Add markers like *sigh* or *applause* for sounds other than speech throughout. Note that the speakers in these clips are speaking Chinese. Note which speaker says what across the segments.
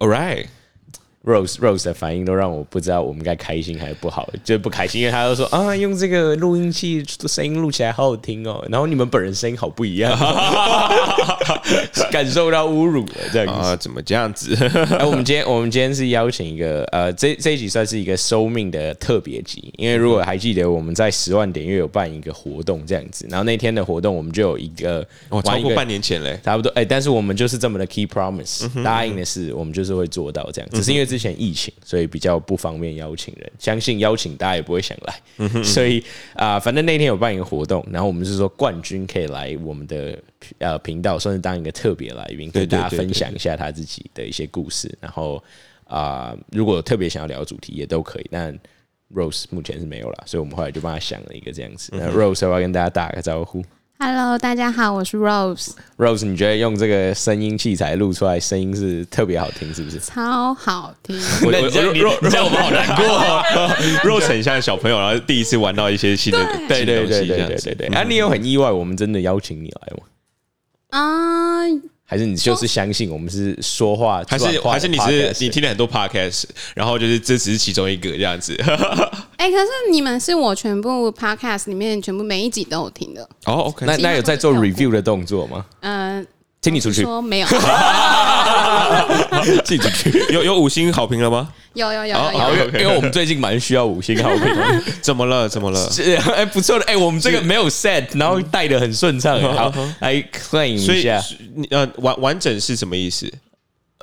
Speaker 1: All right，
Speaker 2: Rose Rose 的反应都让我不知道我们该开心还是不好，就不开心，因为他就说啊，用这个录音器声音录起来好好听哦，然后你们本人声音好不一样，感受到侮辱了这样子。
Speaker 1: 啊，怎么这样子？
Speaker 2: 哎、我们今天我们今天是邀请一个呃，这这一集算是一个收命的特别集，因为如果还记得我们在十万点月有办一个活动这样子，然后那天的活动我们就有一个
Speaker 1: 我哦超
Speaker 2: 玩一个
Speaker 1: 过半年前嘞。
Speaker 2: 差不多，哎、但是我们就是这么的 key
Speaker 1: 嗯
Speaker 2: promise，、答应的事我们就是会做到这样。只是因为之前疫情，所以比较不方便邀请人，相信邀请大家也不会想来，
Speaker 1: 嗯
Speaker 2: *laughs* 所以啊、反正那天有办一个活动，然后我们是说冠军可以来我们的呃频道，算是当一个特别来宾，
Speaker 1: 对
Speaker 2: 跟
Speaker 1: 对
Speaker 2: 大家
Speaker 1: 对
Speaker 2: 分享一下他自己的一些故事。然后啊、如果有特别想要聊的主题也都可以，但 Rose 目前是没有了，所以我们后来就帮他想了一个这样子。那
Speaker 1: 嗯
Speaker 2: Rose 要不要跟大家打个招呼？
Speaker 3: Hello，大家好，我是 Rose，
Speaker 2: Rose，你觉得用这个声音器材录出来声音是特别好听，是不是？
Speaker 3: 超好
Speaker 1: *laughs*
Speaker 3: 听。*laughs*
Speaker 1: 那你这样，你你这样我们好难过哦。Rose 很像小朋友，然后第一次玩到一些新的
Speaker 2: 对对对对对对
Speaker 1: 对
Speaker 2: 对。啊，你有很意外我们真的邀请你来吗？
Speaker 3: 啊、
Speaker 2: 还是你就是相信我们是说话？
Speaker 1: 还是
Speaker 2: 转化
Speaker 1: 还
Speaker 2: 的
Speaker 1: 是你是
Speaker 2: podcast？
Speaker 1: 你听了很多 podcast，然后就是这只是其中一个这样子。
Speaker 3: 哎、可是你们是我全部 podcast 里面全部每一集都有听的，
Speaker 1: 哦，OK，
Speaker 2: 那那有在做
Speaker 3: 自己
Speaker 2: review 的动作吗？
Speaker 3: 嗯、
Speaker 2: 请你出去，
Speaker 3: 说没有，
Speaker 2: 自己出去。
Speaker 1: 有有五星好评了吗？
Speaker 3: 有有有
Speaker 1: 好
Speaker 3: 有
Speaker 2: 哦好，
Speaker 3: 有
Speaker 2: 因为
Speaker 1: 哦 OK，OK
Speaker 2: 因为我们最近蛮需要五星好评的。
Speaker 1: *laughs* 怎么了？怎么了？
Speaker 2: 是哎，不错的，哎，我们这个没有 set，然后带的很顺
Speaker 1: *laughs*
Speaker 2: 畅。好，来 claim
Speaker 1: 所
Speaker 2: 一
Speaker 1: 以
Speaker 2: 下。
Speaker 1: 是你呃完完整是什么意思？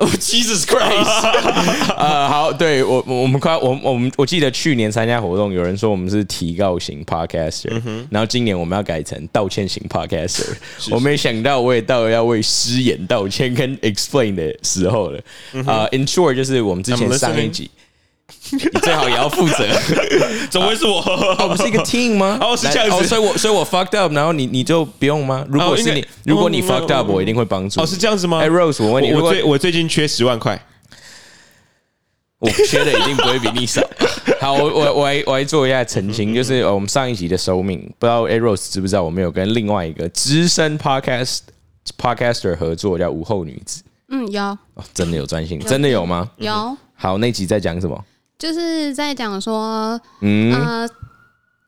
Speaker 2: *laughs* 哦、Jesus Christ！呃，好，对我我我们快我我们我记得去年参加活动，有人说我们是提告型
Speaker 1: 嗯
Speaker 2: podcaster，、然后今年我们要改成道歉型 podcaster。我没想到我也到了要为失言道歉跟 explain 的时候了。
Speaker 1: 嗯
Speaker 2: 啊、i n short 就是我们之前
Speaker 1: I'm
Speaker 2: 上一
Speaker 1: listening
Speaker 2: 集，你最好也要负
Speaker 1: *laughs*
Speaker 2: 责。
Speaker 1: 怎么会是我？
Speaker 2: 我们是一个 team 吗？
Speaker 1: *laughs* 哦是这样子哦
Speaker 2: 来哦所以我所以我 fucked up，然后你你就不用吗？如果是你，
Speaker 1: 应该
Speaker 2: 如果你
Speaker 1: 嗯
Speaker 2: fucked
Speaker 1: 嗯
Speaker 2: up，、
Speaker 1: 嗯
Speaker 2: 我一定会帮助你。
Speaker 1: 哦，是这样子吗？
Speaker 2: 哎，Rose，我问你如
Speaker 1: 我
Speaker 2: 果
Speaker 1: 最我最近缺十万块，
Speaker 2: 我缺的一定不会比你少。 *laughs* 好，我我我来我来做一下澄清，就是呃我们上一集的收命，不知道 Eros 知不知道，我们有跟另外一个资深 podcast podcaster 合作，叫午后女子。
Speaker 3: 嗯有
Speaker 2: 哦，真的有专心，真的有吗？
Speaker 3: 有，
Speaker 2: 好，那集在讲什么？
Speaker 3: 就是在讲说，嗯、呃，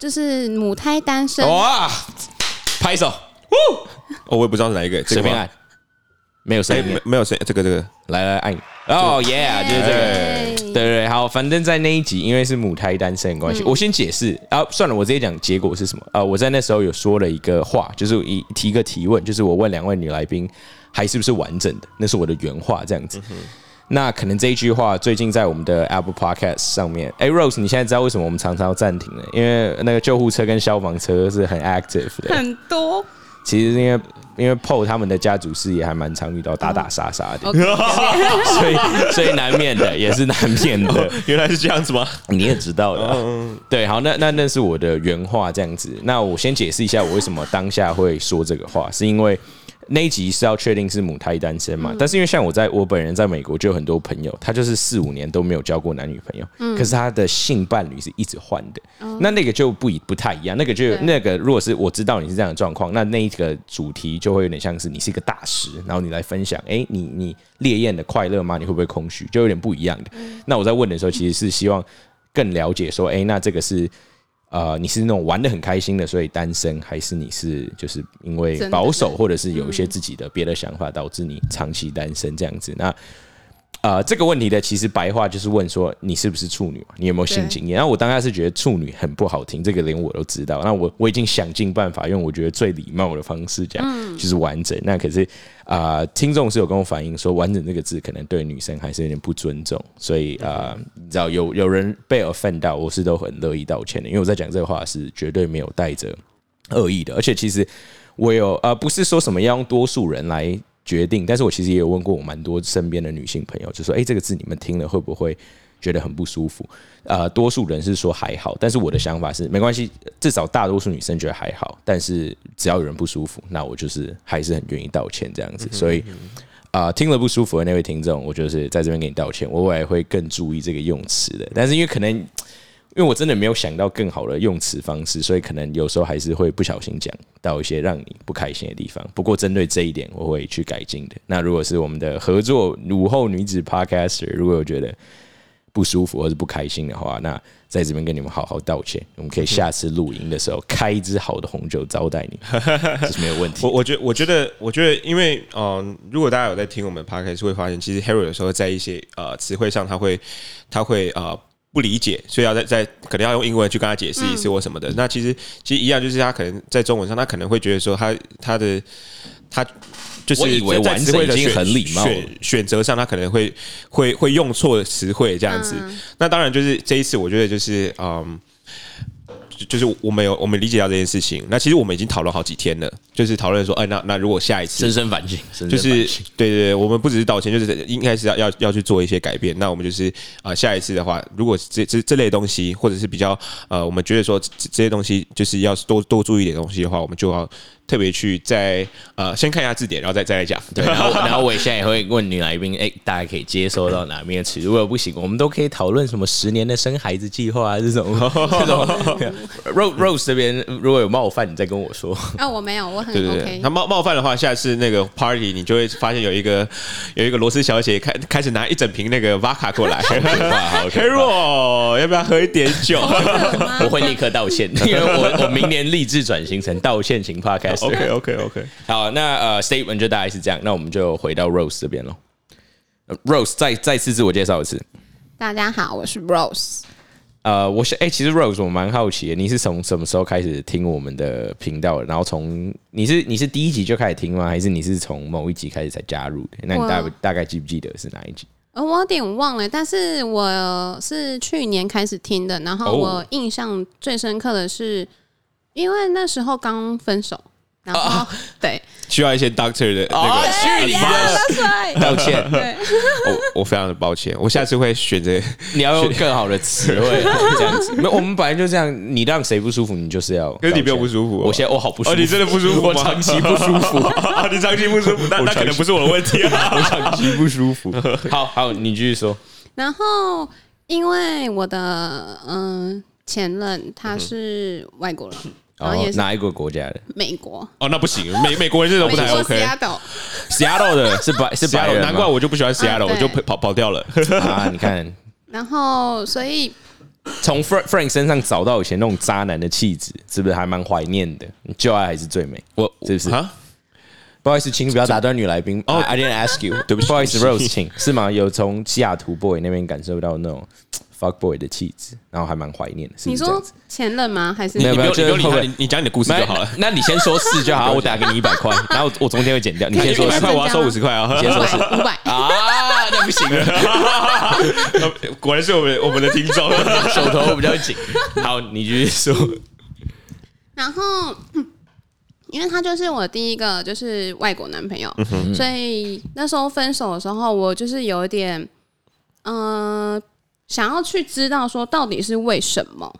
Speaker 3: 就是母胎单身，
Speaker 2: 哇，拍手，
Speaker 1: 哦，我也不知道是哪一个，这
Speaker 2: 随
Speaker 1: 个
Speaker 2: 便
Speaker 1: 吗
Speaker 2: 按，没有声
Speaker 1: 哎，
Speaker 2: 音
Speaker 1: 没，没有谁，这个这个，
Speaker 2: 来来按。哦耶，就是这个。
Speaker 3: 对
Speaker 2: 对对对，好，反正在那一集，因为是母胎单身的关系，我先解释啊，算了，我直接讲结果是什么啊、我在那时候有说了一个话，就是一提一个提问，就是我问两位女来宾还是不是完整的，那是我的原话这样子。那可能这一句话最近在我们的 Apple Podcast 上面，哎、r o s e 你现在知道为什么我们常常要暂停了？因为那个救护车跟消防车是很 active 的，
Speaker 3: 很多。
Speaker 2: 其实是因为因为 PO 他们的家族事业还蛮常遇到打打杀杀的，所以所以难免的也是难免的。 *laughs*
Speaker 1: 原来是这样子吗？
Speaker 2: 你也知道的啊、对，好，那那那是我的原话这样子。那我先解释一下我为什么当下会说这个话，是因为那一集是要确定是母胎单身嘛。但是因为像我在我本人在美国就有很多朋友，他就是四五年都没有交过男女朋友，可是他的性伴侣是一直换的。那那个就不一不太一样，那个就有
Speaker 3: 对
Speaker 2: 那个如果是我知道你是这样的状况，那那一个主题就会有点像是你是一个大师，然后你来分享，哎、你你烈焰的快乐吗？你会不会空虚？就有点不一样的。那我在问的时候，其实是希望更了解说，哎、那这个是呃，你是那种玩的很开心的，所以单身，还是你是就是因为
Speaker 3: 真的嗯
Speaker 2: 保守，或者是有一些自己的别的想法，导致你长期单身这样子？那呃，这个问题的其实白话就是问说你是不是处女嘛，你有没有性经验？然后我当下是觉得处女很不好听，这个连我都知道。那我我已经想尽办法用我觉得最礼貌的方式讲，就是完整。那可是啊、呃听众是有跟我反映说，完整这个字可能对女生还是有点不尊重，所以啊、呃你知道有有人被 offend 到，我是都很乐意道歉的，因为我在讲这个话是绝对没有带着恶意的，而且其实我有呃，不是说什么要用多数人来决定，但是我其实也有问过我蛮多身边的女性朋友，就说：“哎、这个字你们听了会不会觉得很不舒服？”呃，多数人是说还好，但是我的想法是没关系，至少大多数女生觉得还好，但是只要有人不舒服，那我就是还是很愿意道歉这样子，所以。啊、听了不舒服的那位听众，我就是在这边给你道歉，我未来会更注意这个用词的。但是因为可能因为我真的没有想到更好的用词方式，所以可能有时候还是会不小心讲到一些让你不开心的地方。不过针对这一点，我会去改进的。那如果是我们的合作午后女子 Podcaster，如果有觉得不舒服或者不开心的话，那在这边跟你们好好道歉。我们可以下次露营的时候开一支好的红酒招待你，
Speaker 1: *laughs*
Speaker 2: 这是没有问题
Speaker 1: 我。我觉得，我觉得，我觉得，因为嗯、呃如果大家有在听我们 podcast，会发现其实 Harry 有时候在一些呃词汇上，他会他会呃不理解，所以要在在可能要用英文去跟他解释一
Speaker 2: 嗯
Speaker 1: 次或什么的。那其实其实一样，就是他可能在中文上，他可能会觉得说他他的他。就是
Speaker 2: 我以为
Speaker 1: 在
Speaker 2: 完
Speaker 1: 词汇的
Speaker 2: 整已经
Speaker 1: 选
Speaker 2: 很礼貌了
Speaker 1: 选选择上，他可能会会会用错词汇这样子。
Speaker 2: 嗯
Speaker 1: 那当然就是这一次，我觉得就是嗯，就就是我们有我们理解到这件事情。那其实我们已经讨论好几天了，就是讨论说，哎、那那如果下一次
Speaker 2: 深深反省，深
Speaker 1: 就
Speaker 2: 深
Speaker 1: 是
Speaker 2: 反省。
Speaker 1: 对对对，我们不只是道歉，就是应该是要要要去做一些改变。那我们就是啊、呃下一次的话，如果这这这类东西，或者是比较呃，我们觉得说这这这些东西就是要多多注意一点东西的话，我们就要特别去在呃先看一下字典，然后再再来讲。
Speaker 2: 对， *laughs* 然后然后我现在也会问女来宾，哎、大家可以接收到哪边的词？如果不行，我们都可以讨论什么十年的生孩子计划啊这种。这 *laughs* 种 Rose Rose 这边如果有冒犯，你再跟我说。
Speaker 3: 啊，我没有，我很
Speaker 1: 对对对，
Speaker 3: OK
Speaker 1: 那。冒冒犯的话，下次那个 party 你就会发现有一个有一个罗斯小姐开开始拿一整瓶那个 vodka *laughs* 过来，Hero 要不要喝一点 *laughs* 酒？
Speaker 2: 我会立刻道歉， *laughs* 因为我我明年立志转型成道歉型 podcast。
Speaker 1: OK OK OK，
Speaker 2: 好，那呃 statement 就大概是这样，那我们就回到 Rose 这边喽。呃 Rose 再再次自我介绍一次。
Speaker 3: 大家好，我是 Rose。
Speaker 2: 呃，我想，哎、其实 Rose，我蛮好奇的，你是从什么时候开始听我们的频道的？然后从你是你是第一集就开始听吗？还是你是从某一集开始才加入的？那你大
Speaker 3: 我
Speaker 2: 大概记不记得是哪一集？
Speaker 3: 呃，我有点忘了，但是我是去年开始听的，然后
Speaker 2: 哦
Speaker 3: 我印象最深刻的是，因为那时候刚分手，然后、对，
Speaker 1: 需要一些 doctor 的那个。
Speaker 2: 去啊你的！
Speaker 3: *laughs*
Speaker 2: 道歉，
Speaker 1: 我我非常的抱歉，我下次会选择。
Speaker 2: 你要用更好的词
Speaker 3: *laughs*
Speaker 2: 汇，这样子。没有，我们本来就这样，你让谁不舒服，你就是要道歉。
Speaker 1: 可是你不用不舒服哦
Speaker 2: 我现在我好不舒服，
Speaker 1: 的不舒 *laughs*
Speaker 2: *laughs* 我长期不舒服，
Speaker 1: 啊，你长期不舒服， *laughs* 那
Speaker 2: 我长期
Speaker 1: 是 *laughs* 我的问题啊。
Speaker 2: 我长期不舒服。好好，你继续说。
Speaker 3: 然后因为我的嗯、前任他是外国人，然
Speaker 2: 嗯哦
Speaker 3: 后也，是
Speaker 2: 哪一个国家的
Speaker 3: 美国，
Speaker 1: 哦，那不行，美美国人这种
Speaker 3: 美
Speaker 1: 不太
Speaker 3: 国西
Speaker 1: OK。
Speaker 3: 雅岛，
Speaker 2: ？Seattle 的是白是白
Speaker 1: Seattle，
Speaker 2: 人吗，
Speaker 1: 难怪我就不喜欢 Seattle，
Speaker 3: 啊对
Speaker 1: 我就跑跑掉了。
Speaker 2: *laughs* 啊！你看，
Speaker 3: 然后所以
Speaker 2: 从 Frank Frank 身上找到以前那种渣男的气质，是不是还蛮怀念的？旧爱还是最美，
Speaker 1: *laughs* 我
Speaker 2: 是不是？
Speaker 1: 啊，
Speaker 2: 不好意思，请不要打断女来宾。哦、i didn't ask you，对不起，不好意思，Rose，请是吗？有从西雅图 boy 那边感受到那种 fuck boy 的气质，然后还蛮怀念的，是不
Speaker 3: 你
Speaker 2: 是这样
Speaker 3: 说
Speaker 2: 子？
Speaker 3: 前任吗？还是
Speaker 2: 没有
Speaker 1: 你
Speaker 2: 没
Speaker 1: 不
Speaker 2: 有
Speaker 1: 用你不用理
Speaker 2: 就是后
Speaker 1: 他，
Speaker 2: 面
Speaker 1: 你你讲你的故事就好了。
Speaker 2: 那那你先说是就好，我打给你一百块，然后
Speaker 3: *laughs*
Speaker 2: 我总监会剪掉。你先
Speaker 1: 一
Speaker 2: 说
Speaker 1: 百
Speaker 2: 是
Speaker 1: 块我要收五十块啊！
Speaker 2: 先
Speaker 3: 五
Speaker 2: 说是
Speaker 3: 百五百？
Speaker 2: 啊，那不行了，
Speaker 1: *laughs* 果然是我们我们的听众。
Speaker 2: 手头比较紧。好，你继续说。
Speaker 3: 然后，嗯因为他就是我第一个就是外国男朋友，所以那时候分手的时候，我就是有一点，嗯、想要去知道说到底是为什么。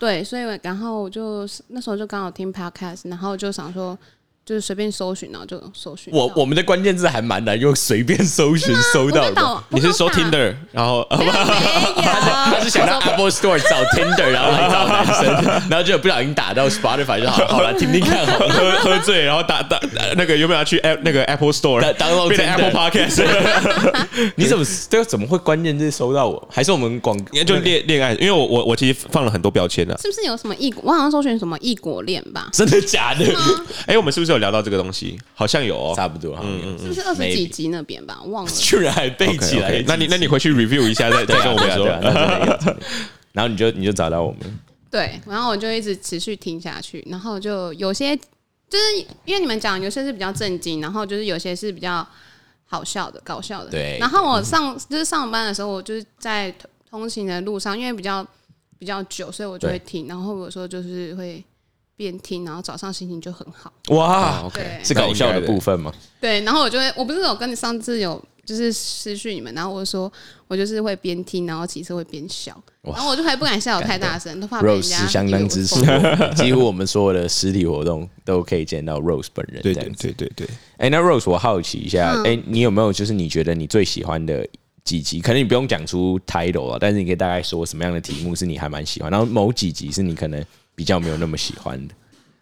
Speaker 3: 对，所以我然后我就那时候就刚好听 podcast，然后我就想说，就是随便搜寻，然后就搜寻到。
Speaker 2: 我我们的关键字还蛮难用，随便搜寻搜
Speaker 3: 我
Speaker 2: 到
Speaker 3: 就
Speaker 2: 的。
Speaker 3: 导
Speaker 1: 你是收？
Speaker 3: 我
Speaker 1: Tinder，然后 *laughs*
Speaker 3: 导看 *laughs* 没有，
Speaker 2: 他是想到 Apple Store 找 Tinder，然后来找男 *laughs* 生，然后就不小心打到 Spotify 就好，好了，听听看好了。
Speaker 1: 喝喝醉，然后打打那个有没有要去 App 那个 Apple Store
Speaker 2: 当当弄
Speaker 1: 变成
Speaker 2: Tinder
Speaker 1: Apple
Speaker 2: *laughs*
Speaker 1: Podcast？
Speaker 2: 你怎么这个怎么会关键字搜到我？还是我们广
Speaker 1: 就恋恋爱，因为我我我其实放了很多标签啊。
Speaker 3: 是不是有什么异国？我好像搜寻什么异国恋吧？
Speaker 2: 真的假的？
Speaker 1: 哎、我们是不是有聊到这个东西？好像有哦。
Speaker 2: 差不多，嗯嗯
Speaker 3: 是不是二十几集那边吧？忘了。
Speaker 2: 居然还背
Speaker 1: OK，OK，
Speaker 2: 起来。
Speaker 1: 那你那你回去 review 一下，再再
Speaker 2: 对啊
Speaker 1: 跟我们说。
Speaker 2: 对啊对
Speaker 1: *laughs*
Speaker 2: 啊那真的有真的然后你就你就找到我们，
Speaker 3: 对，然后我就一直持续听下去，然后就有些就是因为你们讲有些是比较震惊，然后就是有些是比较好笑的、搞笑的。
Speaker 2: 对嗯
Speaker 3: 然后我上就是上班的时候，我就是在通通勤的路上，因为比较比较久，所以我就会
Speaker 2: 对
Speaker 3: 听。然后我说就是会边听，然后早上心情就很好。
Speaker 2: 哇，
Speaker 3: 对
Speaker 2: 是搞笑的部分吗？
Speaker 3: 对，然后我就会，我不是有跟你上次有就是私讯你们，然后我说我就是会边听，然后其实会边笑，然后我就还不敢笑得太大声，都怕被人
Speaker 2: Rose
Speaker 3: 家
Speaker 2: 是相
Speaker 3: 以为
Speaker 2: 当
Speaker 3: 我
Speaker 2: 支持
Speaker 3: 疯了
Speaker 2: 我们，几乎我们所有的实体活动都可以见到 Rose 本人。
Speaker 1: 对
Speaker 2: 这样
Speaker 1: 对
Speaker 2: 子
Speaker 1: 对对对，
Speaker 2: 哎、那 Rose，我好奇一下，哎、
Speaker 3: 嗯
Speaker 2: 你有没有就是你觉得你最喜欢的几集，可能你不用讲出 title 啊，但是你可以大概说什么样的题目是你还蛮喜欢，然后某几集是你可能比较没有那么喜欢的。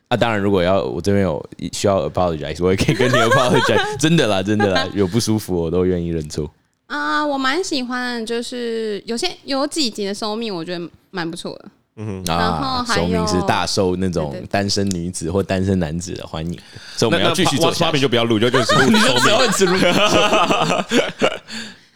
Speaker 2: 啊，当然，如果要我这边有需要 apologize，我也可以跟你 apologize，真 *laughs* 的啦，真的啦，有不舒服我都愿意认错。
Speaker 3: 啊、我蛮喜欢，就是有些有几集的收命，我觉得蛮不错的。
Speaker 2: 啊
Speaker 3: 嗯然后，还
Speaker 2: 首名是
Speaker 3: 有
Speaker 2: 大受那种
Speaker 3: 对对对
Speaker 2: 单身女子或单身男子的欢迎，所以我
Speaker 1: 那
Speaker 2: 们要
Speaker 1: 那
Speaker 2: 继续走
Speaker 1: 花
Speaker 2: 下
Speaker 1: 花
Speaker 2: 去
Speaker 1: 瓶。就不要录，就就是
Speaker 2: *laughs*
Speaker 1: 录
Speaker 2: 就只要问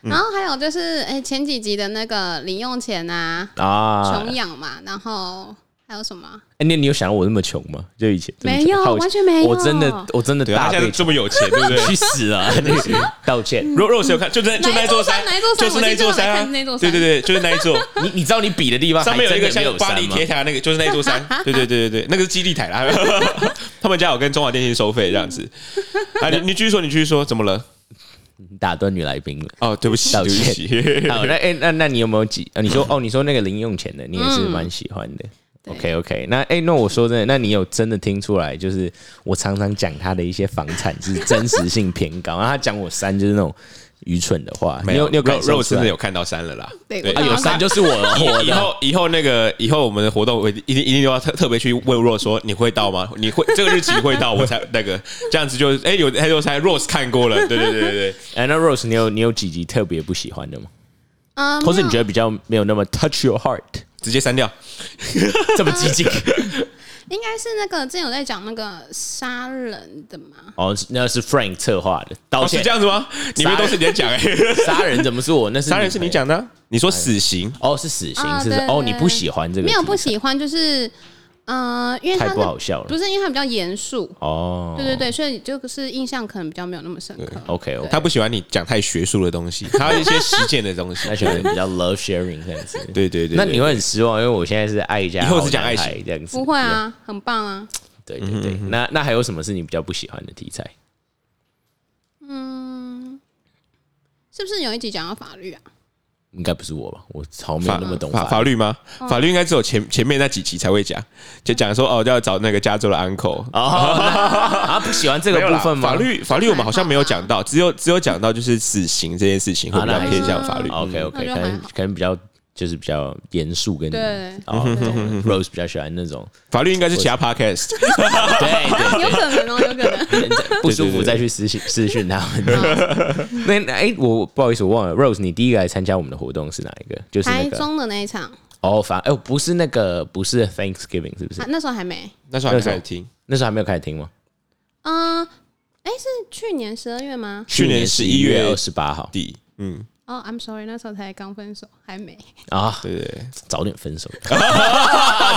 Speaker 2: 嗯
Speaker 3: 然后还有就是，哎、前几集的那个零用钱啊，
Speaker 2: 啊
Speaker 3: 穷，养嘛，然后还有什么啊？
Speaker 2: 哎，那你有想到我那么穷吗？就以前这么
Speaker 3: 没
Speaker 2: 穷
Speaker 3: 有
Speaker 2: 好奇
Speaker 3: 完全没有
Speaker 2: 我真的我真的
Speaker 1: 对啊，
Speaker 2: 大
Speaker 1: 他现在
Speaker 2: 被
Speaker 1: 这么有钱，对不对？
Speaker 2: 去
Speaker 1: *laughs*
Speaker 2: 死啊！道歉，
Speaker 1: 肉肉是有看，就在就那座山，
Speaker 3: 哪一座山
Speaker 1: 就是那座山
Speaker 3: 我
Speaker 1: 啊
Speaker 3: 记得我有看那座山
Speaker 1: 对对对，就是那一
Speaker 2: *laughs*
Speaker 1: 座，
Speaker 2: 你你知道你比的地方
Speaker 1: 上面有
Speaker 2: 还
Speaker 1: 一个
Speaker 2: 真的没
Speaker 1: 像
Speaker 2: 有
Speaker 1: 巴
Speaker 2: 山
Speaker 1: 黎
Speaker 2: 吗
Speaker 1: 铁？塔那个，就是那座
Speaker 3: *laughs*
Speaker 1: 山。对对对对对，那个是基地台
Speaker 2: *laughs*
Speaker 1: 啦。他们家有跟中华电信收费这样子。啊，你你继续说，你继续说，怎么了？
Speaker 2: 你打断女来宾了。
Speaker 1: 哦，对不起，对
Speaker 2: 道
Speaker 1: 不
Speaker 2: 歉 *laughs*
Speaker 1: 起。
Speaker 2: 好，那哎、那那你有没有几？啊、你说哦，你说那个零用钱的，你也是蛮喜欢的。
Speaker 1: 嗯
Speaker 3: 对
Speaker 2: OK OK，那哎、那我说真的，那你有真的听出来，就是我常常讲他的一些房产是真实性偏高，然后他讲我三就是那种愚蠢的话，你有你有感
Speaker 1: 肉
Speaker 2: 受
Speaker 1: 肉
Speaker 2: 出
Speaker 1: 真的
Speaker 2: 来
Speaker 1: 有看到山了啦。
Speaker 3: 对
Speaker 2: 啊，有三就是我了，我
Speaker 1: 以
Speaker 2: 的
Speaker 1: 后以后那个以后我们的活动，我一定一定一定要特特别去问若说你会到吗？你会这个日期会到，我才那个这样子就哎、有他就猜 Rose 看过了，对对对对对，
Speaker 2: 哎、那 Rose，你有你有几集特别不喜欢的吗？
Speaker 3: 嗯，
Speaker 2: 或是你
Speaker 3: 没有
Speaker 2: 觉得比较没有那么 touch your heart
Speaker 1: 直接删掉。
Speaker 2: 这么激进？
Speaker 3: 应该是那个之前有在讲那个杀人的嘛？
Speaker 2: 哦，那是 Frank 策划的，道
Speaker 1: 哦，是
Speaker 2: 歉
Speaker 1: 这。样子吗？你们都是你在 *laughs* 讲哎、
Speaker 2: 杀人怎么是我？那是
Speaker 1: 杀人是你
Speaker 2: 朋友
Speaker 1: 讲的啊、你说死刑
Speaker 2: 哦，是死刑，
Speaker 3: 啊
Speaker 2: 是不是
Speaker 3: 对
Speaker 2: 哦，
Speaker 3: 对
Speaker 2: 你不喜欢这个？
Speaker 3: 没有不，喜欢，就是呃，因为
Speaker 2: 太
Speaker 3: 它
Speaker 2: 不好
Speaker 3: 是
Speaker 2: 笑了
Speaker 3: 不。是因为它比较严肃？
Speaker 2: 哦，
Speaker 3: 对对对，所以就是印象可能比较没有那么深刻。
Speaker 2: ，OK
Speaker 1: 他
Speaker 2: OK，
Speaker 1: 不喜欢你讲太学术的东
Speaker 2: *laughs*
Speaker 1: 西，他要一些实践的东西。
Speaker 2: 那喜欢比较 love sharing 这样子。
Speaker 1: *laughs* 对对对，
Speaker 2: 那你会很失望，因为我现在是爱家，
Speaker 1: 以后是讲爱情嗯
Speaker 2: 这样子。
Speaker 3: 不会啊，很棒啊。
Speaker 2: 对，对对对。那那还有什么是你比较不喜欢的题材？
Speaker 3: 嗯是不是有一集讲到法律啊？
Speaker 2: 应该不是我吧？我好像没有
Speaker 1: 法
Speaker 2: 那么懂
Speaker 1: 法
Speaker 2: 法嗯
Speaker 1: 法律吗？法律应该只有前前面那几集才会讲，就讲说哦要找那个加州的 uncle。
Speaker 2: 哦，啊，不喜欢这个
Speaker 1: 没有
Speaker 2: 部
Speaker 1: 啦
Speaker 2: 分吗？
Speaker 1: 法律法律我们好像没有讲
Speaker 2: *laughs*
Speaker 1: 到，只有只有讲到就是死刑这件事情会比较
Speaker 2: 啊那
Speaker 1: 偏向法律。
Speaker 2: OK
Speaker 1: 嗯
Speaker 2: OK，
Speaker 3: 那就
Speaker 2: 可
Speaker 3: 还
Speaker 2: 能
Speaker 3: 好
Speaker 2: 可能比较就是比较严肃跟
Speaker 3: 对
Speaker 2: 哦
Speaker 1: *laughs*
Speaker 2: 懂了，Rose 比较喜欢那种
Speaker 1: 法律应该是其他 podcast。
Speaker 2: 对对
Speaker 3: *laughs* 有可能哦，有可能。
Speaker 2: 不舒服再去私信私讯他们。那那哎，我不好意思，我忘了，Rose，你第一个来参加我们的活动是哪一个？就是那
Speaker 3: 台
Speaker 2: 个
Speaker 3: 中的那一场，啊，
Speaker 2: 哦，反哎不是那个不是 Thanksgiving 是不是？
Speaker 3: 那时候还没。
Speaker 1: 那时候还没开始听，
Speaker 2: 那时候还没有开始听吗？
Speaker 3: 嗯，哎，是去年十二月吗？
Speaker 1: 去年
Speaker 2: 11
Speaker 1: 11
Speaker 2: 月
Speaker 1: 月
Speaker 2: 二十八号
Speaker 1: 底嗯，
Speaker 3: 哦，I'm sorry，那时候才刚分手，还没。
Speaker 2: 啊，
Speaker 1: 对对
Speaker 2: 早点分手， *laughs*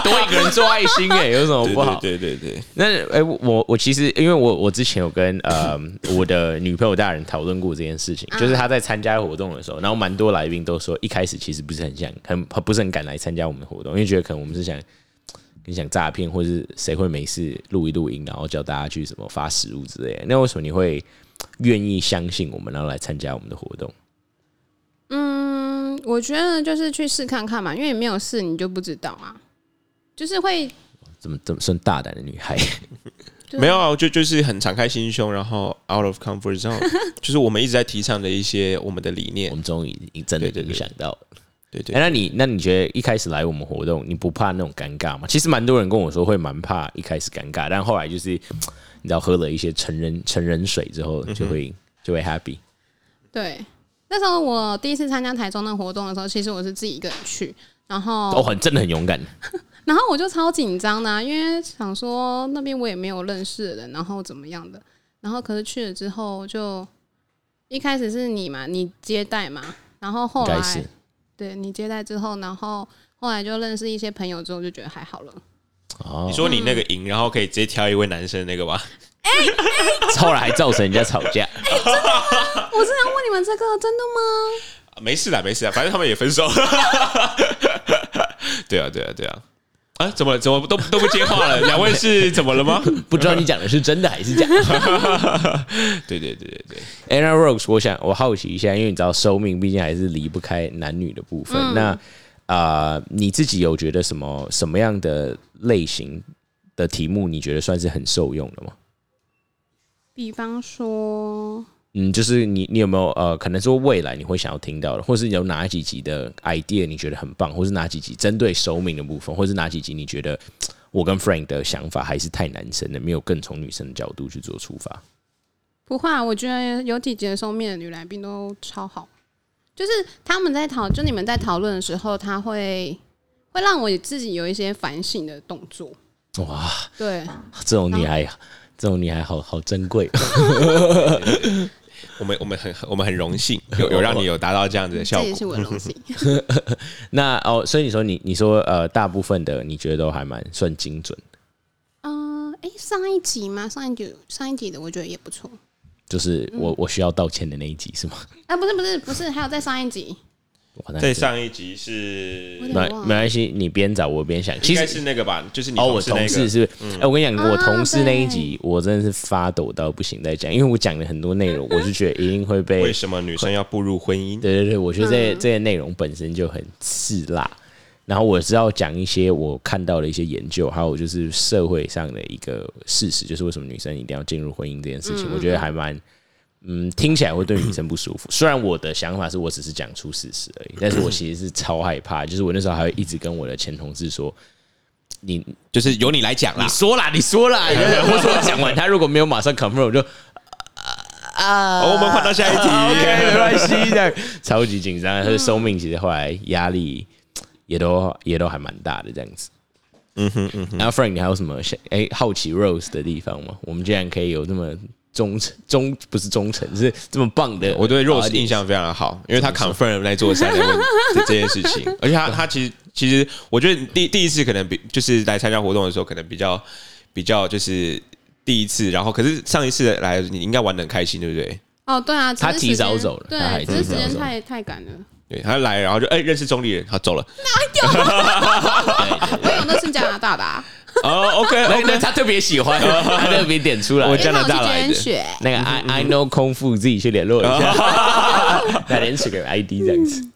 Speaker 2: 多一个人做爱心哎，有什么
Speaker 1: 对
Speaker 2: 不好？
Speaker 1: 对对对对，
Speaker 2: 那哎、我我我其实因为我我之前有跟呃我的女朋友大人讨论过这件事情，就是她在参加活动的时候，然后蛮多来宾都说一开始其实不是很想很不是很敢来参加我们的活动，因为觉得可能我们是想跟想诈骗，或是谁会没事录一录音，然后叫大家去什么发食物之类的。那为什么你会愿意相信我们，然后来参加我们的活动？
Speaker 3: 嗯，我觉得就是去试看看嘛，因为你没有试，你就不知道啊。就是会
Speaker 2: 这么这么算大胆的女孩， *laughs*
Speaker 3: 对
Speaker 1: 没有啊，就就是很敞开心胸，然后 out of comfort zone，就是我们一直在提倡的一些我们的理念
Speaker 2: *laughs* 我。们终于真的
Speaker 1: 对对对
Speaker 2: 影响到了。
Speaker 1: 对
Speaker 2: 哎、
Speaker 1: 对，
Speaker 2: 那你那你觉得一开始来我们活动，你不怕那种尴尬吗？其实蛮多人跟我说会蛮怕一开始尴尬，但后来就是你知道喝了一些成人成人水之
Speaker 1: 嗯
Speaker 2: 后，就会、就会 happy。
Speaker 3: 对。那时候我第一次参加台中的活动的时候，其实我是自己一个人去，然后
Speaker 2: 哦，很真的很勇敢。
Speaker 3: 然后我就超紧张的、啊，因为想说那边我也没有认识的人，然后怎么样的，然后可是去了之后就一开始是你嘛，你接待嘛，然后后
Speaker 2: 应该是
Speaker 3: 来对你接待之后，然后后来就认识一些朋友之后就觉得还好了，
Speaker 2: 哦
Speaker 1: 你，说你那个赢，然后可以直接挑一位男生那个吧？
Speaker 2: *laughs* 嗯后来还造成人家吵
Speaker 3: *laughs*
Speaker 2: 架。
Speaker 3: 我是想问你们这个真的吗？
Speaker 1: 啊没事啦，没事啦，反正他们也分手
Speaker 2: *laughs*
Speaker 1: 了。对啊，对啊，对啊。啊，怎么了？怎么都都不接话
Speaker 2: *laughs*
Speaker 1: 了？两位是怎么了吗？
Speaker 2: 不知道你讲的是真的还是假的？ *laughs*
Speaker 1: 对对对对对，
Speaker 2: 哎、那 Rose，我想我好奇一下，因为你知道寿命毕竟还是离不开男女的部分。
Speaker 3: 嗯
Speaker 2: 那啊、呃你自己有觉得什么什么样的类型的题目，你觉得算是很受用的吗？
Speaker 3: 比方说，
Speaker 2: 嗯，就是你你有没有呃，可能说未来你会想要听到的，或是有哪几集的 idea 你觉得很棒，或是哪几集针对首名的部分，或是哪几集你觉得我跟 Frank 的想法还是太男生了，没有更从女生的角度去做出发。
Speaker 3: 不会、啊，我觉得有几节收面的女来宾都超好，就是他们在讨，就你们在讨论的时候，他会会让我自己有一些反省的动作。
Speaker 2: 哇，
Speaker 3: 对，
Speaker 2: 这种女孩，这种女孩好好珍贵。 *laughs*
Speaker 1: 我们我们很我们很荣幸有有让你有达到这样子的效
Speaker 3: 这
Speaker 1: 果
Speaker 3: 也。是我
Speaker 2: *laughs*
Speaker 3: 的东西。
Speaker 2: 那哦，所以你说你你说呃，大部分的你觉得都还蛮算精准，
Speaker 3: 嗯，哎、上一集吗？上一集上一集的我觉得也不错。
Speaker 2: 就是我、我需要道歉的那一集是吗？
Speaker 3: 啊，不是不是不是，还有在上一集，
Speaker 2: 哇那
Speaker 1: 在
Speaker 2: 真
Speaker 1: 上一集是
Speaker 3: 我有啊
Speaker 2: 没
Speaker 3: 点忘
Speaker 2: 没
Speaker 3: 了。
Speaker 2: 关系，你边找我边想，其
Speaker 1: 应该
Speaker 2: 实
Speaker 1: 是那个吧，就是你
Speaker 2: 哦，我
Speaker 1: 那
Speaker 2: 同
Speaker 1: 个嗯
Speaker 2: 事是不是？哎、我跟你讲，我
Speaker 3: 啊
Speaker 2: 同事那一
Speaker 3: 对
Speaker 2: 集，我真的是发抖到不行在讲，因为我讲了很多内容，我就觉得一定会被
Speaker 1: 为什么女生要步入婚姻？
Speaker 2: 对对对，我觉得这、这些内容本身就很刺辣。然后我知道讲一些我看到的一些研究，还有就是社会上的一个事实，就是为什么女生一定要进入婚姻这件事情，我觉得还蛮。嗯，听起来会对女生不舒服。虽然我的想法是我只是讲出事实而已，但是我其实是超害怕。就是我那时候还会一直跟我的前同事说：“你
Speaker 1: 就是由你来讲
Speaker 2: 你。说啦，你
Speaker 1: *laughs*
Speaker 2: 说啦。”我说讲完，他如果没有马上 confirm，我就啊、
Speaker 1: 哦好，我们换到下
Speaker 2: *laughs*
Speaker 1: 一
Speaker 2: 啊 OK，没
Speaker 1: 题。
Speaker 2: 关系，这样超级紧张。他的生命其实后来压力也都也都还蛮大的，这样子。嗯哼嗯哼。然后 Frank，你还有什么想哎、好奇 Rose 的地方吗？我们竟然可以有这么忠诚忠不是忠诚，是这么棒的。
Speaker 1: 我对 Rose
Speaker 2: 啊
Speaker 1: 印，象非常的好，因为他 confirm 了那座山的问题这件事情，而且他他其实其实我觉得第第一次可能比就是来参加活动的时候，可能比较比较就是第一次，然后可是上一次来你应该玩的很开心，对不对？
Speaker 3: 哦，对啊，只是
Speaker 2: 他提
Speaker 3: 时间
Speaker 2: 早走了他还
Speaker 3: 对，
Speaker 2: 提
Speaker 3: 只是时
Speaker 2: 早
Speaker 3: 间
Speaker 2: 走
Speaker 3: 太太赶了。
Speaker 1: 对他来，然后就哎、认识中立人，他走了。
Speaker 3: 我有，那是加拿大
Speaker 2: *laughs*
Speaker 3: 的、啊，
Speaker 1: 哦，OK
Speaker 2: 那
Speaker 1: OK，
Speaker 2: 那他特别
Speaker 1: *laughs*
Speaker 2: 喜欢，他特别点出来。
Speaker 1: 我
Speaker 3: 因
Speaker 1: 加
Speaker 3: 为
Speaker 1: 拿
Speaker 3: 我去
Speaker 1: 大来的
Speaker 3: 捐血。
Speaker 2: 那个 I I know 空腹自己去联络一下，那连 Instagram ID 这样子。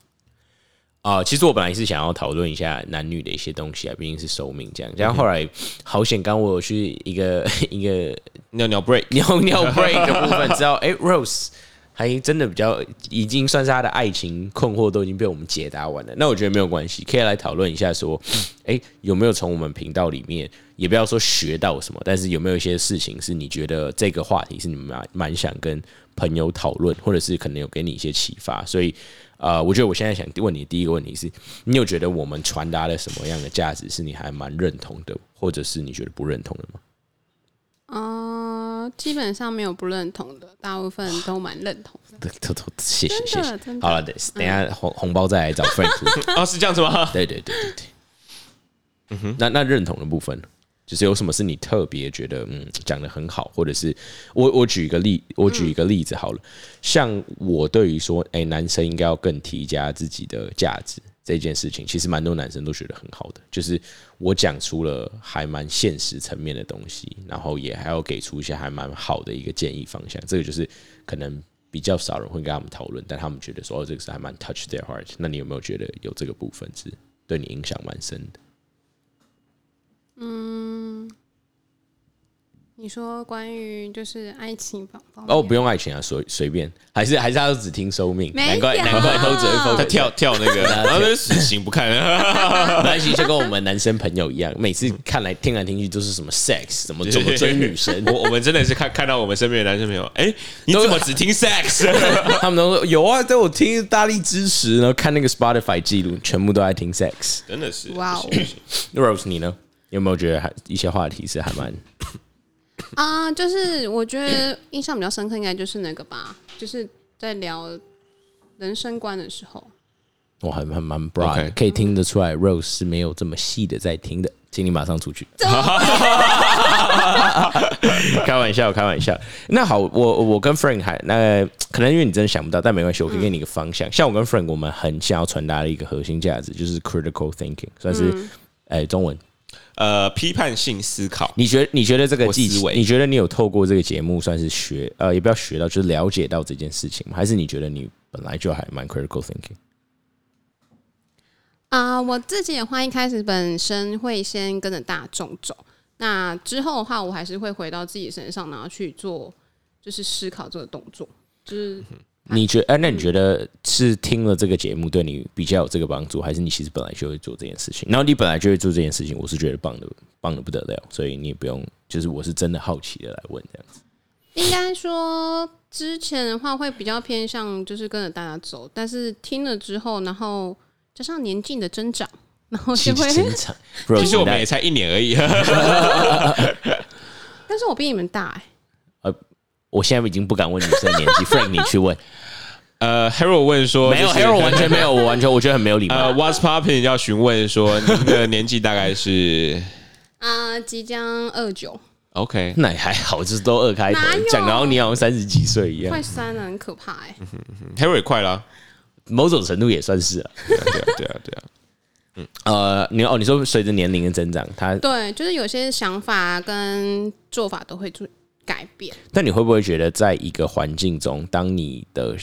Speaker 2: 啊、其实我本来是想要讨论一下男女的一些东西啊，毕竟是寿命这样。然后后来好险，刚我有去一个 *laughs* 一个
Speaker 1: 尿尿 break。
Speaker 2: *laughs* 尿尿 break 的部分，知道哎、Rose 还真的比较已经算是他的爱情困惑都已经被我们解答完了。那我觉得没有关系，可以来讨论一下说，哎、有没有从我们频道里面，也不要说学到什么，但是有没有一些事情是你觉得这个话题是你们蛮蛮想跟朋友讨论，或者是可能有给你一些启发，所以。呃，我觉得我现在想问你的第一个问题是，你有觉得我们传达了什么样的价值是你还蛮认同的，或者是你觉得不认同的吗？
Speaker 3: 嗯、基本上没有不认同的，大部分都蛮认同的。
Speaker 2: 偷偷谢谢谢
Speaker 3: *laughs* 真的
Speaker 2: 谢
Speaker 3: 真，的嗯
Speaker 2: 好了，等等一下红红包再来找
Speaker 3: *laughs*
Speaker 2: Frank，
Speaker 1: 哦，是这样子吗？
Speaker 2: 对对对对对，嗯哼，那那认同的部分呢，就是有什么是你特别觉得嗯讲的很好，或者是我我举一个例，我举一个例子好了，像我对于说，哎、男生应该要更提加自己的价值这件事情，其实蛮多男生都觉得很好的，就是我讲出了还蛮现实层面的东西，然后也还要给出一些还蛮好的一个建议方向，这个就是可能。比较少人会跟他们讨论，但他们觉得说哦，这个是还蛮 touch their heart。那你有没有觉得有这个部分是对你影响蛮深的？
Speaker 3: 你说关于就是爱情方方面
Speaker 2: 哦，不用爱情啊，随随便，还是还是他都只听寿命，
Speaker 3: 没
Speaker 2: 难怪
Speaker 3: 有
Speaker 2: 难怪都只会 focus
Speaker 1: 他跳跳那个，
Speaker 3: *laughs*
Speaker 1: 然后就死刑不看。
Speaker 2: 没关系，就跟我们男生朋友一样，每次看来听来听去都是什么 sex，怎么怎么追女生，
Speaker 1: *laughs* 我我们真的是看看到我们身边的男生朋友，哎、你怎么只听 sex？
Speaker 2: 他们都说有啊，对我听大力支持，然后看那个 Spotify 记录，全部都在听 sex。
Speaker 1: 真的是
Speaker 3: 哇哦
Speaker 2: Rose，你呢？有没有觉得还一些话题是还蛮
Speaker 3: 啊、就是我觉得印象比较深刻，应该就是那个吧，就是在聊人生观的时候，
Speaker 2: 我还蛮蛮 broad，的
Speaker 1: OK
Speaker 2: 可以听得出来 Rose 是没有这么细的在听的，请你马上出去。 *laughs* 开玩笑，开玩笑。那好，我我跟 Frank 还那、可能因为你真的想不到，但没关系，我可以给你一个方向。像我跟 Frank，我们很想要传达的一个核心价值就是 critical thinking，算是哎、中文。
Speaker 1: 呃，批判性思考，
Speaker 2: 你觉你觉得这个
Speaker 1: 或
Speaker 2: 技
Speaker 1: 思维
Speaker 2: 你觉得你有透过这个节目算是学呃，也不要学到，就是了解到这件事情吗？还是你觉得你本来就还蛮 critical thinking？
Speaker 3: 啊、我自己的话，一开始本身会先跟着大众走，那之后的话，我还是会回到自己身上，然后去做就是思考这个动作。
Speaker 1: *laughs*
Speaker 3: 就是
Speaker 2: 你觉哎、那你觉得是听了这个节目对你比较有这个帮助，还是你其实本来就会做这件事情？然后你本来就会做这件事情，我是觉得棒的，棒的不得了，所以你也不用，就是我是真的好奇的来问这样子。
Speaker 3: 应该说之前的话会比较偏向就是跟着大家走，但是听了之后，然后加上年纪的增长，然后就会，
Speaker 2: 正常，不
Speaker 1: 其实我们也才一年而已，
Speaker 3: *laughs*
Speaker 1: *laughs*
Speaker 3: 但是我比你们大哎、
Speaker 2: 我现在已经不敢问女生的年纪，Frank 你去问，
Speaker 1: 呃，Hero 问说
Speaker 2: 没有
Speaker 1: 就是 *laughs*
Speaker 2: Hero 完全没有，我完全我觉得很没有礼 *laughs* 貌。
Speaker 1: 呃，What's popping 要询问说您的年纪大概是
Speaker 3: 啊、即将二九，
Speaker 1: OK，
Speaker 2: 那也还好，就是都二开头
Speaker 3: 哪有，
Speaker 2: 讲到你好像三十几岁一样
Speaker 3: 快，三了，很可怕哎、
Speaker 1: Harry 快了 *laughs* 啊，
Speaker 2: 某种程度也算是了。
Speaker 1: 对啊，对啊，对啊，对啊，
Speaker 2: 呃，你哦，你说随着年龄的增长，他，
Speaker 3: 对，就是有些想法跟做法都会做改变。
Speaker 2: 但你会不会觉得，在一个环境中，当你的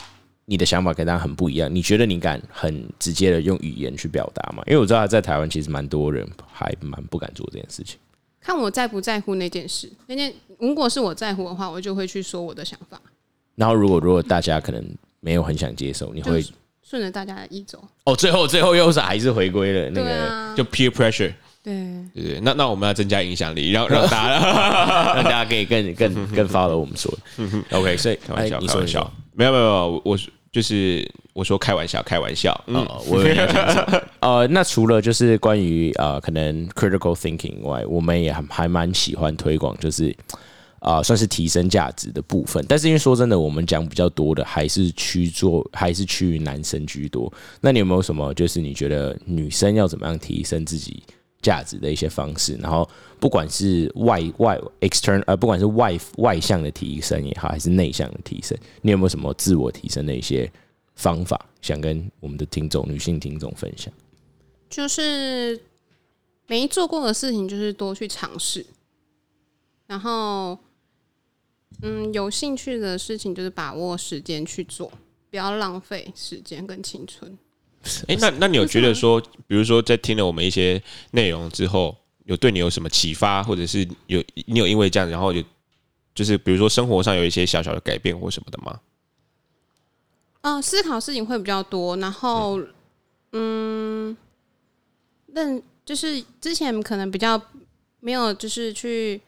Speaker 2: 你的想法跟他很不一样，你觉得你敢很直接的用语言去表达吗？因为我知道在台湾其实蛮多人还蛮不敢做这件事情。
Speaker 3: 看我在不在乎那件事，那件如果是我在乎的话，我就会去说我的想法，
Speaker 2: 然后如果如果大家可能没有很想接受，你会
Speaker 3: 就顺着大家的意走。
Speaker 2: 哦，最后最后又是还是回归了那 *laughs*
Speaker 3: 对
Speaker 2: 个
Speaker 3: 啊，
Speaker 1: 就 peer pressure，
Speaker 3: 对，
Speaker 1: 对对，那那我们要增加影响力，让让大
Speaker 2: *laughs*
Speaker 1: 家
Speaker 2: 让大家可以更更更 follow 我们 *laughs* 说的 OK，所以
Speaker 1: 开玩笑，
Speaker 2: 嗯哎你
Speaker 1: 开
Speaker 2: 说
Speaker 1: 玩
Speaker 2: 你说
Speaker 1: 笑，没有没有没有，我就是我说开玩笑，开玩笑，嗯，
Speaker 2: 哦， *laughs* 我以为你要讲什么呃，那除了就是关于呃可能 critical thinking 以外，我们也还还蛮喜欢推广，就是呃算是提升价值的部分。但是因为说真的，我们讲比较多的还是趋做还是趋于男生居多。那你有没有什么就是你觉得女生要怎么样提升自己？价值的一些方式，然后不管是外外 extern 呃，不管是外外向的提升也好，还是内向的提升，你有没有什么自我提升的一些方法，想跟我们的听众女性听众分享。
Speaker 3: 就是没做过的事情，就是多去尝试。然后，嗯，有兴趣的事情就是把握时间去做，不要浪费时间跟青春。
Speaker 1: 哎，那那你有
Speaker 2: 啊
Speaker 1: 觉得说，比如说在听了我们一些内容之后，有对你有什么启发，或者是有你有因为这样，然后有就是比如说生活上有一些小小的改变或什么的吗？
Speaker 3: 嗯、思考事情会比较多，然后，嗯，认就是之前可能比较没有，就是去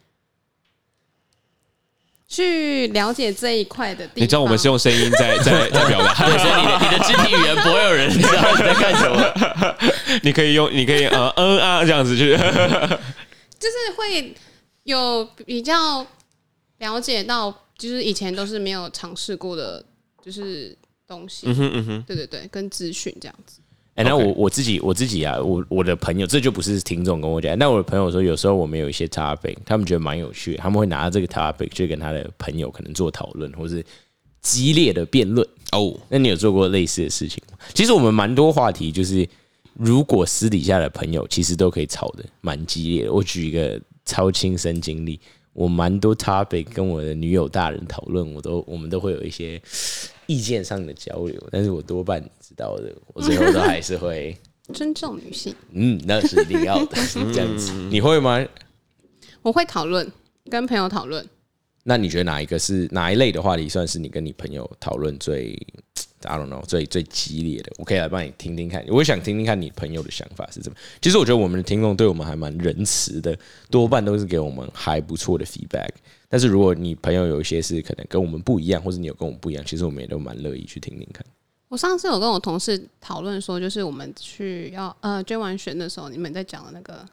Speaker 3: 去了解这一块的地方。
Speaker 1: 你知道我们是用声音在在
Speaker 2: *laughs*
Speaker 1: 在表达，
Speaker 2: 所以你的你的肢体语言不会有人知道你在干什么。
Speaker 1: *laughs* 你可以用，你可以呃嗯啊这样子
Speaker 2: *laughs*
Speaker 1: 去，
Speaker 3: 就是会有比较了解到，就是以前都是没有尝试过的，就是东西。嗯哼嗯哼，对对对，跟资讯这样子。
Speaker 2: *laughs* 哎、那
Speaker 1: OK
Speaker 2: 我我自己我自己啊，我我的朋友，这就不是听众跟我讲。那我的朋友说，有时候我们有一些 topic，他们觉得蛮有趣，他们会拿这个 topic 去跟他的朋友可能做讨论，或是激烈的辩论。
Speaker 1: 哦，
Speaker 2: 那你有做过类似的事情吗？其实我们蛮多话题，就是如果私底下的朋友，其实都可以吵得蛮激烈的。我举一个超亲身经历，我蛮多 topic 跟我的女友大人讨论，我都我们都会有一些意见上的交流，但是我多半知道的，我最后都还是会，
Speaker 3: 尊重女性，
Speaker 2: 嗯，那是一定要的这样子。你会吗？
Speaker 3: 我会讨论，跟朋友讨论。
Speaker 2: 那你觉得哪一个是哪一类的话题，算是你跟你朋友讨论最 I don't know 最最激烈的？我可以来帮你听听看，我也想听听看你朋友的想法是怎么。其实我觉得我们的听众对我们还蛮仁慈的，多半都是给我们还不错的 feedback。但是如果你朋友有一些是可能跟我们不一样，或者你有跟我们不一样，其实我们也都蛮乐意去听听看。
Speaker 3: 我上次有跟我同事讨论说，就是我们去要呃捐完选的时候，你们在讲的那个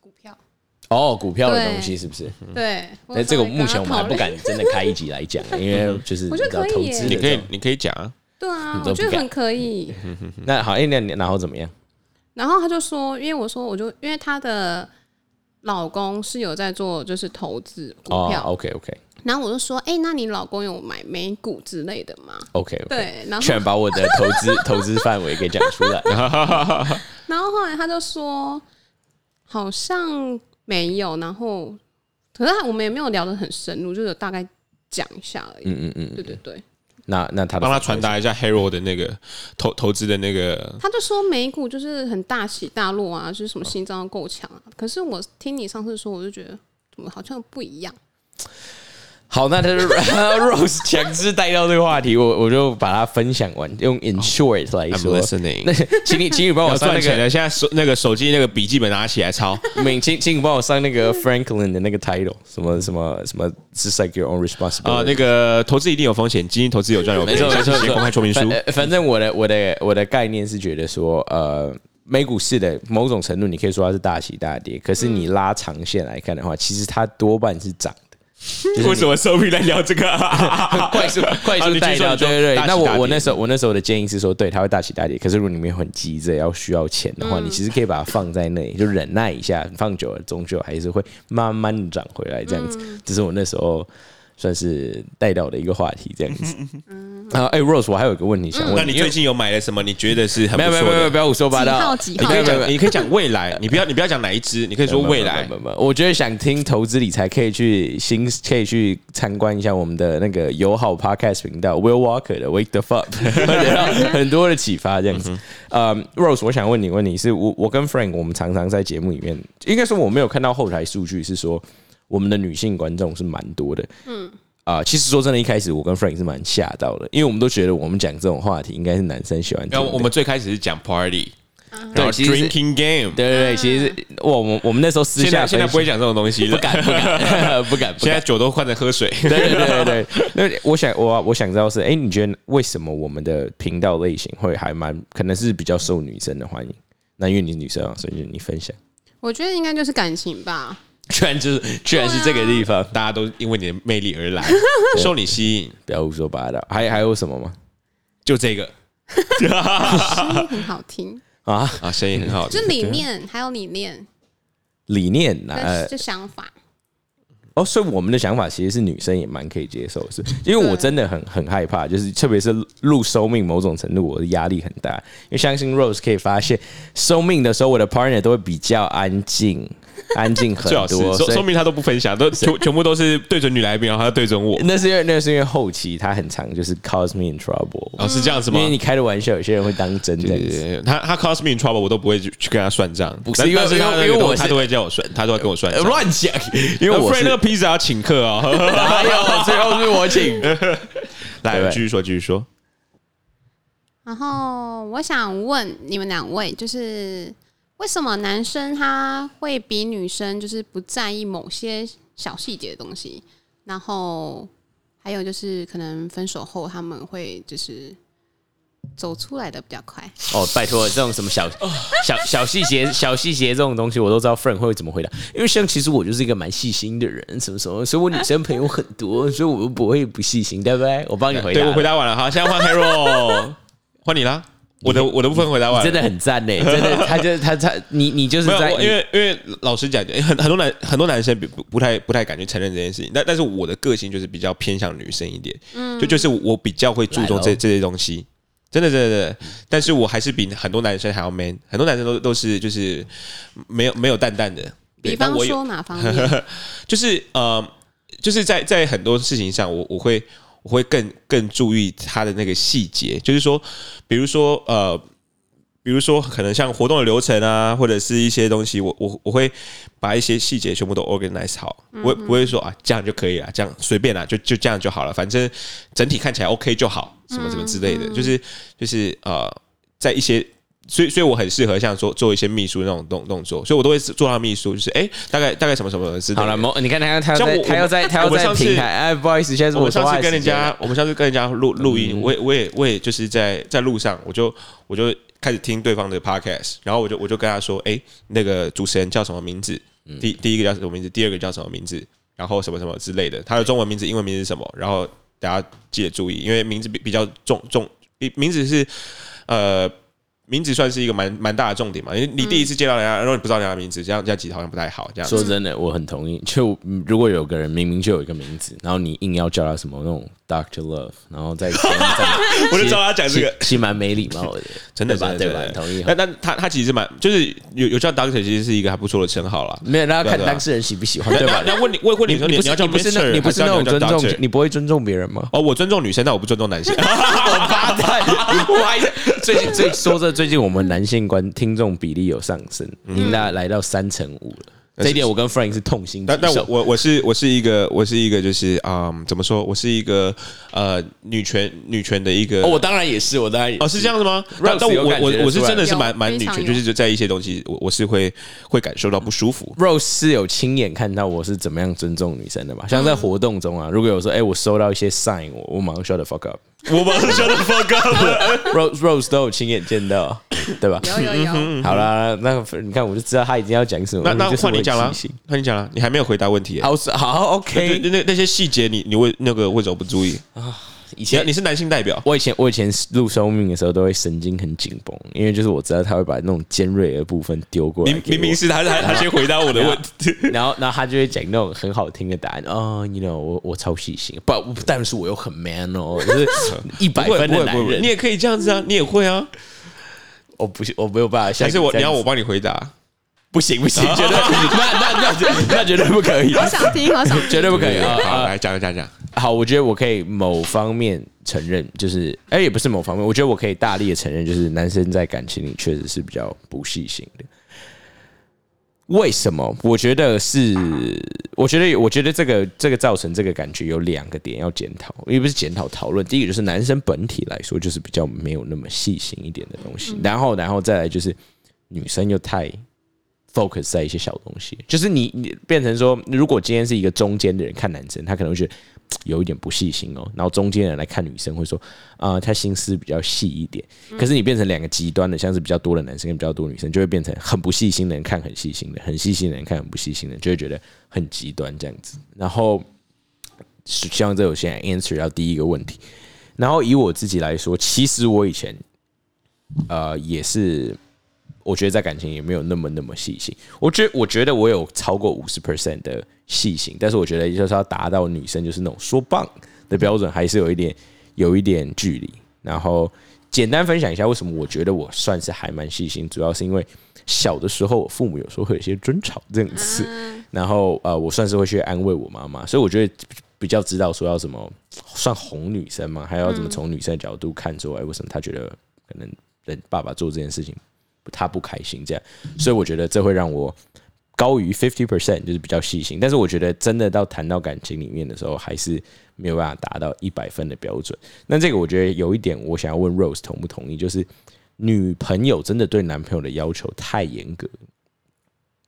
Speaker 3: 股票，
Speaker 2: 哦，股票的
Speaker 3: 对
Speaker 2: 东西是不是？
Speaker 3: 对，我
Speaker 2: 那哎这个
Speaker 3: 稍微跟
Speaker 2: 目前
Speaker 3: 他
Speaker 2: 我们还
Speaker 3: 讨
Speaker 2: 不
Speaker 3: 论。
Speaker 2: 敢
Speaker 3: *laughs*
Speaker 2: 真的开一集来讲，因为就是
Speaker 3: 我觉
Speaker 2: 你
Speaker 3: 得
Speaker 2: 知道
Speaker 3: 可以
Speaker 2: 投
Speaker 3: 耶
Speaker 2: 资的
Speaker 1: 你可
Speaker 2: 这
Speaker 1: 以
Speaker 2: 种
Speaker 1: 你可以讲啊，
Speaker 3: 对啊
Speaker 2: 你，都不
Speaker 3: 我觉得
Speaker 2: 敢
Speaker 3: 很可以。
Speaker 1: 嗯
Speaker 2: 那好，哎，那你然后怎么样？
Speaker 3: 然后他就说，因为我说我就因为她的老公是有在做就是投资股
Speaker 2: 哦
Speaker 3: 票，
Speaker 2: ，OK OK
Speaker 3: 然后我就说，哎、那你老公有买美股之类的吗？
Speaker 2: OK OK。
Speaker 3: 对，然后
Speaker 2: 全把我的投资投资范围给讲出来。
Speaker 3: 然后后来他就说，好像没有，然后可是我们也没有聊得很深入，就是大概讲一下而已。嗯嗯嗯，对对对，
Speaker 2: 那那他的
Speaker 1: 帮他
Speaker 2: 反馈
Speaker 1: 传达一下 Hero 的那个投投资的那个，
Speaker 3: 他就说美股就是很大起大落啊，就是什么心脏要够强啊。可是我听你上次说，我就觉得怎么好像不一样。
Speaker 2: 好，那他就 *laughs* Rose 强制带到这个话题，我我就把它分享完，用 in short 来
Speaker 1: 哦 I'm
Speaker 2: 说。
Speaker 1: listening
Speaker 2: *laughs* 那请你，请你帮我
Speaker 1: 要
Speaker 2: 上
Speaker 1: 赚
Speaker 2: 那
Speaker 1: 钱
Speaker 2: 个，
Speaker 1: 了，现在手那个手机那个笔记本拿起来抄。
Speaker 2: 请请请你帮我上那个 Franklin 的那个 title，什么什么什么，just like your own responsibility。
Speaker 1: 啊、那个投资一定有风险，基金投资有赚有赔，
Speaker 2: 没错没错，
Speaker 1: 写公开说明书
Speaker 2: 反。呃反正我的我的我的概念是觉得说，呃，美股市的某种程度，你可以说它是大起大跌，可是
Speaker 1: 嗯
Speaker 2: 你拉长线来看的话，其实它多半是涨的。
Speaker 1: 为什么 Sophie 在聊这个、啊？
Speaker 2: *laughs*
Speaker 1: *laughs*
Speaker 2: 快速快
Speaker 1: 啊
Speaker 2: 速
Speaker 1: 你
Speaker 2: 带
Speaker 1: 继续说
Speaker 2: 到，
Speaker 1: 你说
Speaker 2: 对
Speaker 1: 大
Speaker 2: 对对。
Speaker 1: 起
Speaker 2: 那
Speaker 1: 大
Speaker 2: 我
Speaker 1: 跌
Speaker 2: 我那时候我那时候的建议是说，对，它会大起大跌。可是如果你没有很急着要需要钱的话，
Speaker 3: 嗯
Speaker 2: 你其实可以把它放在那里，就忍耐一下，放久了终究还是会慢慢涨回来这样子。
Speaker 3: 嗯
Speaker 2: 这是我那时候算是带到的一个话题这样
Speaker 3: 嗯
Speaker 2: 子。啊，哎，Rose，我还有一个问题想问
Speaker 1: 那你
Speaker 2: 因为
Speaker 1: 最近有买了什么？你觉得是很
Speaker 2: 没有
Speaker 1: 不
Speaker 2: 没有
Speaker 1: 错
Speaker 2: 没有没有
Speaker 1: 的？
Speaker 2: 不要胡说八道，
Speaker 3: 几号几
Speaker 1: 你
Speaker 3: 号
Speaker 1: 可以
Speaker 2: 没有没有没
Speaker 1: 讲，
Speaker 2: 有
Speaker 1: 你可以讲未来，你不要你不要讲哪一支，你可以说未来
Speaker 2: 没。有没有没有没有我觉得想听投资理财可以去新可以去参观一下我们的那个友好 podcast 频道 Will Walker 的 Wake the Fuck，会得到
Speaker 1: *laughs*
Speaker 2: 很多的启发这样
Speaker 1: 嗯
Speaker 2: 子。呃、r o s e 我想问你问题是我我跟 Frank 我们常常在节目里面，应该说我没有看到后台数据是说我们的女性观众是蛮多的，嗯。啊、其实说真的，一开始我跟 Frank 是蛮吓到的，因为我们都觉得我们讲这种话题应该是男生喜欢听
Speaker 1: 然
Speaker 2: 的。
Speaker 1: 后我们最开始是讲 party，然
Speaker 2: 嗯对
Speaker 1: 后
Speaker 2: 其实是
Speaker 1: drinking game，
Speaker 2: 对对对，其实是哇，我们我们那时候私
Speaker 1: 现
Speaker 2: 下
Speaker 1: 在现在
Speaker 2: 分析
Speaker 1: 不会讲这种东西了，
Speaker 2: 不敢
Speaker 1: *laughs*
Speaker 2: 不敢不敢不
Speaker 1: 现在
Speaker 2: 敢。
Speaker 1: 酒都换成喝水。
Speaker 2: 对对对对对，那我想我我想知道是，哎、你觉得为什么我们的频道类型会还蛮可能是比较受女生的欢迎？那因为你是女生啊，所以你分享，
Speaker 3: 我觉得应该就是感情 *laughs* 吧。
Speaker 2: *laughs* 居然就是居然是这个地方，
Speaker 1: 大家都因为你的魅力而
Speaker 2: *laughs*
Speaker 1: 来，受你吸引，
Speaker 2: 不要胡说八道。还还有什么吗？
Speaker 1: 就这个
Speaker 3: 声音很好听，
Speaker 2: 啊，
Speaker 1: 啊，声音很
Speaker 2: *laughs*
Speaker 1: 好
Speaker 3: 就。理念，还有理念
Speaker 2: 理念呐、
Speaker 3: 跟
Speaker 2: 呃
Speaker 3: 就想法。
Speaker 2: 哦，所以我们的想法其实是女生也蛮可以接受的，是因为我真的很很害怕，就是特别是录收命，某种程度我的压力很大，因为相信 Rose 可以发现，收命的时候我的 partner 都会比较安静，安静很
Speaker 1: 最 *laughs* 好是
Speaker 2: 多，
Speaker 1: 说
Speaker 2: 所
Speaker 1: 说
Speaker 2: 以
Speaker 1: 明他都不分享，都全全部都是对准女来宾，然后他对准我。
Speaker 2: 那是因为那是因为后期他很常就是 cause me in trouble，、
Speaker 1: 哦，是这样子
Speaker 2: 因
Speaker 1: 吗？
Speaker 2: 为你开的玩笑，有些人会当真这样子。
Speaker 1: 对他他 cause me in trouble，我都不会去去跟他算账，
Speaker 2: 不是
Speaker 1: 但
Speaker 2: 因为
Speaker 1: 但是他
Speaker 2: 因为
Speaker 1: 那个都
Speaker 2: 因为我是
Speaker 1: 他都会叫我算，他都会跟我算
Speaker 2: 呃
Speaker 1: 账。
Speaker 2: 乱讲，因为
Speaker 1: 那
Speaker 2: 我
Speaker 1: Frank
Speaker 2: 是
Speaker 1: 那个披萨要请客哦，
Speaker 2: *laughs* 哪有，最后是我请。
Speaker 1: *laughs* 来
Speaker 2: 对
Speaker 1: 继续说继续说。
Speaker 3: 然后我想问你们两位，就是为什么男生他会比女生就是不在意某些小细节的东西？然后还有就是可能分手后他们会就是走出来的比较快。
Speaker 2: 哦，拜托，这种什么小小小细节、小细节这种东西，我都知道 Frank 会怎么回答。因为像其实我就是一个蛮细心的人，什么什么，所以我女生朋友很多，所以我又不会不细心，对不对？我帮你回答，
Speaker 1: 对我回，答完了，好，现在换 Hero，换你啦。我的我的部分回答完了，
Speaker 2: 真的很赞呢，真的，他就他他你你就是
Speaker 1: 没有，
Speaker 2: 在
Speaker 1: 我因为因为老实讲，很很多男很多男生不不太不太敢去承认这件事情。但但是我的个性就是比较偏向女生一点，嗯，就就是我比较会注重
Speaker 2: 来
Speaker 1: 这
Speaker 2: 咯
Speaker 1: 这些东西，真的真的真的。但是我还是比很多男生还要 man，很多男生都都是就是没有没有淡淡的。对
Speaker 3: 比方
Speaker 1: 但我有
Speaker 3: 说哪方面？
Speaker 1: *laughs* 就是呃，就是在在很多事情上，我我会我会更更注意它的那个细节，就是说，比如说呃，比如说可能像活动的流程啊，或者是一些东西，我我我会把一些细节全部都 organize 好，我也不会说啊这样就可以了，这样随便啦，啊就就这样就好了，反正整体看起来 OK 就好，什么什么之类的，就是就是呃，在一些。所以，所以我很适合像做做一些秘书那种动动作，所以我都会做到秘书，就是哎、大概大概什么什么之类的。
Speaker 2: 好了，某你看他他
Speaker 1: 像
Speaker 2: 要在
Speaker 1: 我
Speaker 2: 他要在他要
Speaker 1: 我们
Speaker 2: 在
Speaker 1: 上次
Speaker 2: 平台，哎，不好意思，现在是
Speaker 1: 我们
Speaker 2: 说
Speaker 1: 上次
Speaker 2: 话的
Speaker 1: 跟人
Speaker 2: 时间嗯
Speaker 1: 家，我们上次跟人家录录音，我也我也我也就是在在路上，我就我就开始听对方的 podcast，然后我就我就跟他说，哎、那个主持人叫什么名字？
Speaker 2: 嗯
Speaker 1: 第第一个叫什么名字？第二个叫什么名字？然后什么什么之类的，他的中文名字、英文名字是什么？然后大家记得注意，因为名字比比较重重，比名字是呃。名字算是一个蛮蛮大的重点嘛，因为你第一次见到人家，然后你不知道人家的名字，这样这样其实好像不太好。这样子
Speaker 2: 说真的，我很同意。就嗯如果有个人明明就有一个名字，然后你硬要叫他什么那种 Doctor Love，然后再
Speaker 1: *laughs* 我就知道他讲这个
Speaker 2: 其其实蛮没礼貌的，
Speaker 1: *laughs* 真的
Speaker 2: 对吧？
Speaker 1: 真
Speaker 2: 对
Speaker 1: 的
Speaker 2: 吧？
Speaker 1: 真的
Speaker 2: 同意。
Speaker 1: 但但他他其实蛮就是有有叫 Doctor，其实是一个还不错的称号啦。
Speaker 2: 没有，那要
Speaker 1: 对啊
Speaker 2: 看
Speaker 1: 对啊
Speaker 2: 当事人喜不喜欢，
Speaker 1: 那
Speaker 2: 对吧？
Speaker 1: 那那问你问问你说
Speaker 2: 你
Speaker 1: 你
Speaker 2: 不
Speaker 1: 你
Speaker 2: 是
Speaker 1: 要叫
Speaker 2: 你不是那
Speaker 1: Mr.
Speaker 2: 你不是那
Speaker 1: 还
Speaker 2: 种
Speaker 1: 叫
Speaker 2: 尊
Speaker 1: Doctor？
Speaker 2: 重，你不会尊重别人
Speaker 1: *laughs*
Speaker 2: 吗？
Speaker 1: 哦，我尊重女生，但我不尊重男
Speaker 2: *laughs*
Speaker 1: 生。
Speaker 2: 八蛋！我还是最近
Speaker 1: 嗯
Speaker 2: 最说这最近我们男性观听众比例有上升，已经大概来到三成五了。这一点我跟 Frank 是痛心疾
Speaker 1: 但但我
Speaker 2: 首。
Speaker 1: 我我是我是一个我是一个就是啊、嗯怎么说？我是一个呃女权女权的一个
Speaker 2: 哦，我当然也是，我当然也
Speaker 1: 哦，是这样子吗？
Speaker 2: Rose
Speaker 1: 但但我
Speaker 2: 有
Speaker 1: 我
Speaker 2: 感觉
Speaker 1: 我我是
Speaker 2: 出来
Speaker 1: 真的是蛮
Speaker 3: 有
Speaker 1: 蛮
Speaker 3: 非
Speaker 1: 女
Speaker 3: 常
Speaker 1: 权，
Speaker 3: 有
Speaker 1: 就是就在一些东西，我我是会会感受到不舒服。
Speaker 2: Rose 是有亲眼看到我是怎么样尊重女生的吧？像在活动中啊，如果有时候哎、我收到一些 sign，我我马上 shut the fuck up。
Speaker 1: 我马上 shut the fuck up 了。
Speaker 2: Rose Rose 都有亲眼见到，对吧？
Speaker 3: 有有有，
Speaker 2: 好啦，那你看我就知道他已经要讲什么，
Speaker 1: *laughs* 嗯那那
Speaker 2: 就是
Speaker 1: 换你讲
Speaker 2: 我
Speaker 1: 啦
Speaker 2: 的记性，
Speaker 1: 换你讲啦，你还没有回答问题耶。
Speaker 2: 好好
Speaker 1: 那
Speaker 2: OK。
Speaker 1: 那那些细节，你你为那个为什么不注意？
Speaker 2: 以
Speaker 1: 你
Speaker 2: 前
Speaker 1: 你是男性代表，
Speaker 2: 我以前我以前录收命的时候都会神经很紧绷，因为就是我知道他会把那种尖锐的部分丢过来
Speaker 1: 明
Speaker 2: 给我，
Speaker 1: 明明是他他他先回答我的问题。
Speaker 2: 然后，然后他就会讲那种很好听的答案哦、你 y o u know，我我超细心，不，但是我又很 man 哦，就是
Speaker 1: *laughs*
Speaker 2: 一 *laughs* 百
Speaker 1: 不会
Speaker 2: 分
Speaker 1: 不
Speaker 2: 的
Speaker 1: 会不
Speaker 2: 男
Speaker 1: 会，
Speaker 2: 人
Speaker 1: 你。也可以这样子啊，你也会啊。
Speaker 2: 我不是，我没有办法像
Speaker 1: 还
Speaker 2: 你
Speaker 1: 是
Speaker 2: 这样
Speaker 1: 我
Speaker 2: 子。
Speaker 1: 你要
Speaker 2: *laughs*
Speaker 1: 我帮你回答？啊
Speaker 2: 不行不行，绝
Speaker 1: *laughs*
Speaker 2: 对那那那那绝对不可以，
Speaker 3: 好想
Speaker 1: *laughs*
Speaker 3: 听，好想
Speaker 2: 绝
Speaker 3: 听。
Speaker 2: 对不可以啊！
Speaker 1: 好，
Speaker 2: 啊
Speaker 1: 来讲讲讲。
Speaker 2: 好，我觉得我可以某方面承认，就是哎、也不是某方面，我觉得我可以大力的承认，就是男生在感情里确实是比较不细心的。为什么？我觉得是，我觉得，我觉得这个这个造成这个感觉有两个点要检讨，也不是检讨讨论。第一个就是男生本体来说，就是比较没有那么细心一点的东西，然后，然后再来就是女生又太 focus 在一些小东西，就是你你变成说，如果今天是一个中间的人看男生，他可能会觉得嘖有一点不细心哦，然后中间人来看女生会说，啊、他心思比较细一点。可是你变成两个极端的，像是比较多的男生跟比较多的女生，就会变成很不细心的人看很细心的，很细心的人看很不细心的，就会觉得很极端这样子。然后是希望这有些 answer 到第一个问题。然后以我自己来说，其实我以前呃也是我觉得在感情也没有那么那么细心。我觉我觉得我有超过五十 percent 的细心，但是我觉得就是要达到女生就是那种说棒的标准，还是有一点有一点距离。然后简单分享一下为什么我觉得我算是还蛮细心，主要是因为小的时候我父母有时候会有一些争吵这样子，然后呃我算是会去安慰我妈妈，所以我觉得比较知道说要怎么算哄女生嘛，还要怎么从女生的角度看说，哎、为什么她觉得可能人爸爸做这件事情他不开心这样，所以我觉得这会让我高于 fifty percent，就是比较细心。但是我觉得真的到谈到感情里面的时候，还是没有办法达到一百分的标准。那这个我觉得有一点，我想要问 Rose 同不同意，就是女朋友真的对男朋友的要求太严格，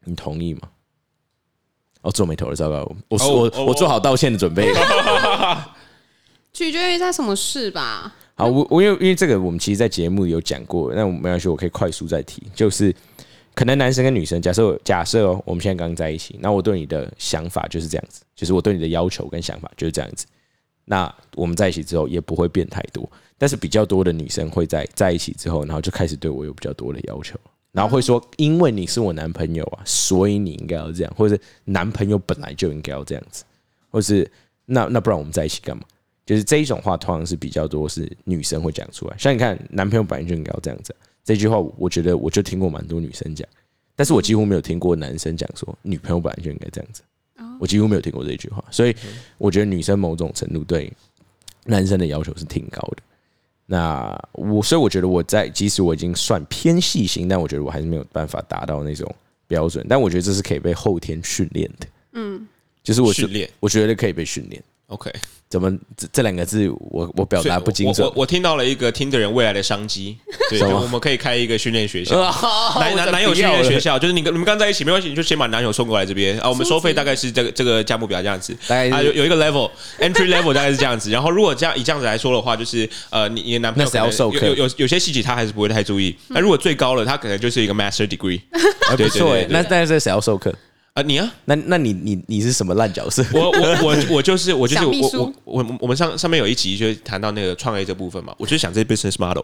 Speaker 2: 你同意吗？哦，皱眉头了，糟糕！我
Speaker 1: 哦
Speaker 2: 我
Speaker 1: 哦
Speaker 2: 我做好道歉的准备了。
Speaker 3: 取决于在什么事吧。
Speaker 2: 好，我我因为因为这个，我们其实，在节目有讲过，那我没关系，我可以快速再提，就是可能男生跟女生，假设假设哦，我们现在刚在一起，那我对你的想法就是这样子，就是我对你的要求跟想法就是这样子。那我们在一起之后也不会变太多，但是比较多的女生会在在一起之后，然后就开始对我有比较多的要求，然后会说，因为你是我男朋友啊，所以你应该要这样，或者是男朋友本来就应该要这样子，或是那那不然我们在一起干嘛？就是这一种话，通常是比较多是女生会讲出来。像你看，男朋友本来就应该要这样子啊、这句话，我觉得我就听过蛮多女生讲，但是我几乎没有听过男生讲说女朋友本来就应该这样子，我几乎没有听过这一句话。所以我觉得女生某种程度对男生的要求是挺高的。那我所以我觉得我在即使我已经算偏细心，但我觉得我还是没有办法达到那种标准。但我觉得这是可以被后天训练的，嗯，就是我是
Speaker 1: 训练
Speaker 2: 我觉得可以被训练。
Speaker 1: OK，
Speaker 2: 怎么这这两个字我我表
Speaker 1: 所以
Speaker 2: 达不精
Speaker 1: 我
Speaker 2: 准
Speaker 1: 我？我听到了一个听的人未来的商
Speaker 2: *laughs*
Speaker 1: 机，对，
Speaker 2: 什
Speaker 1: 就
Speaker 2: 么
Speaker 1: 我们可以开一个训练学校。
Speaker 2: 男
Speaker 3: 哦
Speaker 1: 男男男友训练学校，就是你跟你们刚在一起没关系，你就先把男友送过来这边啊。我们收费大概是这个这个价目表这样子，
Speaker 2: 大概是
Speaker 1: 啊有有一个 level entry level 大概是这样子。然后如果这样以这样子来说的话，就是呃，你你的男朋友
Speaker 2: 那谁要
Speaker 1: 可能
Speaker 2: 授课
Speaker 1: 有有有有些细节他还是不会太注意。那如果最高了，他可能就是一个 master
Speaker 2: *laughs*
Speaker 1: degree
Speaker 2: 哎不
Speaker 1: 对对
Speaker 2: 错
Speaker 1: 对
Speaker 2: 哎，那但是谁要授课？
Speaker 1: 啊，你啊。
Speaker 2: 那那你你你是什么烂角色？
Speaker 1: 我我我我就是我就是
Speaker 3: 小
Speaker 1: 我
Speaker 3: 秘书
Speaker 1: 我我我我们上上面有一集就谈到那个创业这部分嘛，我就是想这 business
Speaker 2: *laughs*
Speaker 1: model，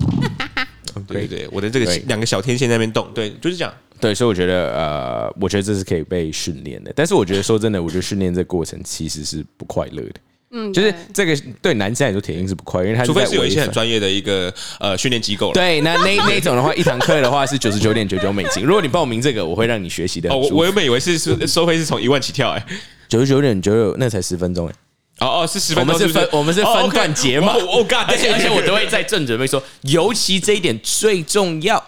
Speaker 1: 对对对，我的这个
Speaker 2: 对
Speaker 1: 两个小天线在那边动，对，就是这样。
Speaker 2: 对，所以我觉得呃，我觉得这是可以被训练的。但是我觉得说真的，我觉得训练这过程其实是不快乐的。
Speaker 3: 嗯，
Speaker 2: 就是
Speaker 3: 对
Speaker 2: 这个对男生来说铁定是不快乐，因为他
Speaker 1: 除非是有一些
Speaker 2: 在
Speaker 1: 很
Speaker 2: 违反
Speaker 1: 专业的一个呃训练机构了。
Speaker 2: 对，那那那种的话，一堂课的话是九十九点九九美金。如果你报名这个，我会让你学习的
Speaker 1: 哦，我我原本以为是是收费是从一万起跳哎、
Speaker 2: 九十九点九九那才十分钟哎。
Speaker 1: 哦哦是十
Speaker 2: 我
Speaker 1: 分钟
Speaker 2: 们是
Speaker 1: 不
Speaker 2: 分我们是分段节嘛
Speaker 1: 哦哦，OK，哇哦 god，
Speaker 2: 而且而且我都会在正准备说，尤其这一点最重要。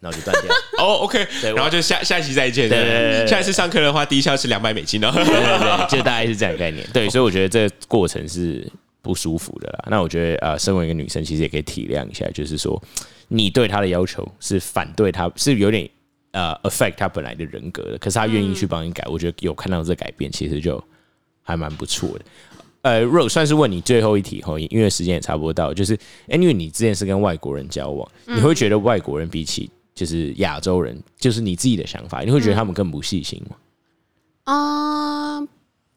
Speaker 2: 然后就断掉。
Speaker 1: 哦，OK，
Speaker 2: *laughs* 对我
Speaker 1: 然后就下下一期再见。
Speaker 2: 对对对对对
Speaker 1: 下一次上课的话，第一校是两百美
Speaker 2: *laughs*
Speaker 1: 金哦。
Speaker 2: 对对对，就大概是这样的概念。对，所以我觉得这个过程是不舒服的啦。那我觉得呃，身为一个女生，其实也可以体谅一下，就是说你对她的要求是反对她，是有点呃 affect 她本来的人格的，可是她愿意去帮你改，我觉得有看到这改变，其实就还蛮不错的。呃，Rose 算是问你最后一题哈，因为时间也差不多到，就是、哎，因为你之前是跟外国人交往，你会觉得外国人比起就是亚洲人，就是你自己的想法，你会觉得他们更不细心吗？
Speaker 3: 啊、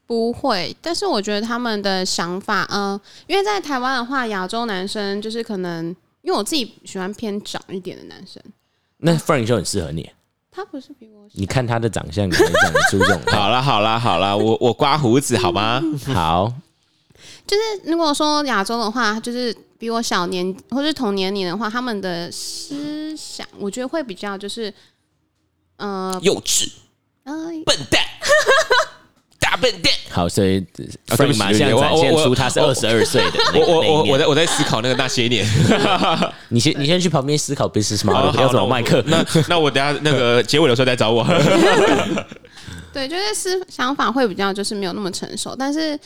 Speaker 3: 不会，但是我觉得他们的想法，嗯、因为在台湾的话，亚洲男生就是可能，因为我自己喜欢偏长一点的男生，
Speaker 2: 那 Frank 就很适合你，
Speaker 3: 他不是比我小
Speaker 2: 你看他的长相，你还讲得出这种
Speaker 1: *laughs*
Speaker 2: 话？
Speaker 1: 好啦好啦好啦，我我刮胡子好吗？
Speaker 2: 好，
Speaker 3: 就是如果说亚洲的话，就是比我小年或是同年龄的话，他们的思想，我觉得会比较就是，呃，
Speaker 1: 幼稚
Speaker 3: 呃，
Speaker 1: *laughs* 笨蛋，大笨蛋。
Speaker 2: 好，所以
Speaker 1: 啊对不
Speaker 2: Frank
Speaker 1: 起
Speaker 2: 马上
Speaker 1: 对不起
Speaker 2: 展现
Speaker 1: 我我
Speaker 2: 出他是
Speaker 1: 我
Speaker 2: 二十二岁
Speaker 1: *laughs*
Speaker 2: 的那
Speaker 1: 我
Speaker 2: 个。
Speaker 1: 我我我
Speaker 2: 那一面
Speaker 1: 在我在思考那个那些年，
Speaker 2: 你先你先去旁边思考 business model，不要找麦克。
Speaker 1: 那我那那我等下那个结尾的时候再找
Speaker 2: *laughs*
Speaker 1: 我。 *laughs*
Speaker 3: 对，就是思想法会比较就是没有那么成熟，但是，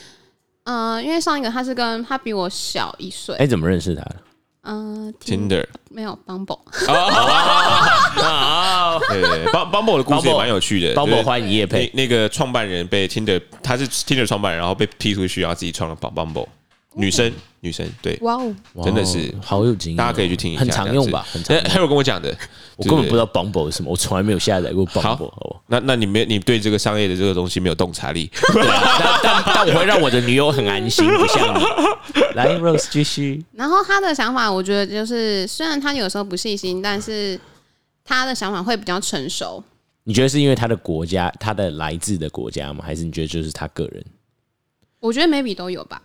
Speaker 3: 呃，因为上一个他是跟他比我小一岁，
Speaker 2: 哎，怎么认识他的？
Speaker 3: 嗯、呃，听
Speaker 1: Tinder
Speaker 3: 没有 Bumble，
Speaker 2: 哦，
Speaker 1: 对对对帮帮我的故事也
Speaker 2: Bumble-
Speaker 1: 蛮有趣的。
Speaker 2: 包
Speaker 1: 就是
Speaker 2: 括欢迎叶
Speaker 1: 那
Speaker 2: 佩，
Speaker 1: 那个创办人被 Tinder，他是 Tinder 创办人，然后被踢出去，然后自己创了 Bumble，女生女生对，
Speaker 3: 哇哦，
Speaker 2: 哇
Speaker 1: 真的是
Speaker 2: 哦好有经验哦，
Speaker 1: 大家可以去听一下，
Speaker 2: 很常用吧？很常用。
Speaker 1: 还有跟我讲的，
Speaker 2: 我根本不知
Speaker 1: 道。
Speaker 2: 道 Bumble 是什么，我从来没有下载过 Bumble *laughs* 哦。
Speaker 1: 那那你没你对这个商业的这个东西没有洞察力，
Speaker 2: 但啊但但我会让我的女友很安心，不像你。
Speaker 1: *laughs*
Speaker 2: 来，Rose 继续。
Speaker 3: 然后他的想法，我觉得就是虽然他有时候不细心，但是他的想法会比较成熟。
Speaker 2: 你觉得是因为他的国家，他的来自的国家吗？还是你觉得就是他个人？
Speaker 3: 我觉得 maybe 都有吧。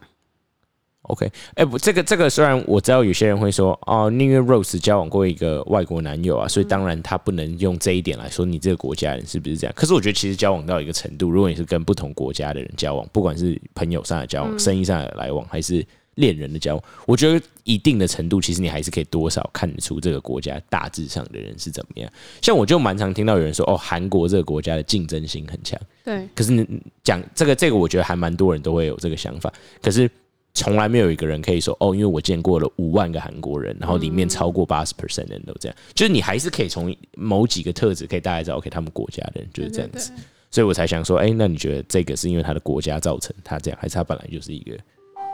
Speaker 2: OK，哎、不，这个这个虽然我知道有些人会说，哦，因为 Rose 交往过一个外国男友啊，所以当然他不能用这一点来说你这个国家人是不是这样。可是我觉得其实交往到一个程度，如果你是跟不同国家的人交往，不管是朋友上的交往、生意上的来往，还是恋人的交往，我觉得一定的程度，其实你还是可以多少看得出这个国家大致上的人是怎么样。像我就蛮常听到有人说，哦，韩国这个国家的竞争性很强。
Speaker 3: 对，
Speaker 2: 可是你讲这个，这个我觉得还蛮多人都会有这个想法，可是从来没有一个人可以说哦，因为我见过了五万个韩国人，然后里面超过八十 percent 人都这样，就是你还是可以从某几个特质可以大概知道，OK，他们国家的人就是这样子，所以我才想说，哎、那你觉得这个是因为他的国家造成他这样，还是他本来就是一个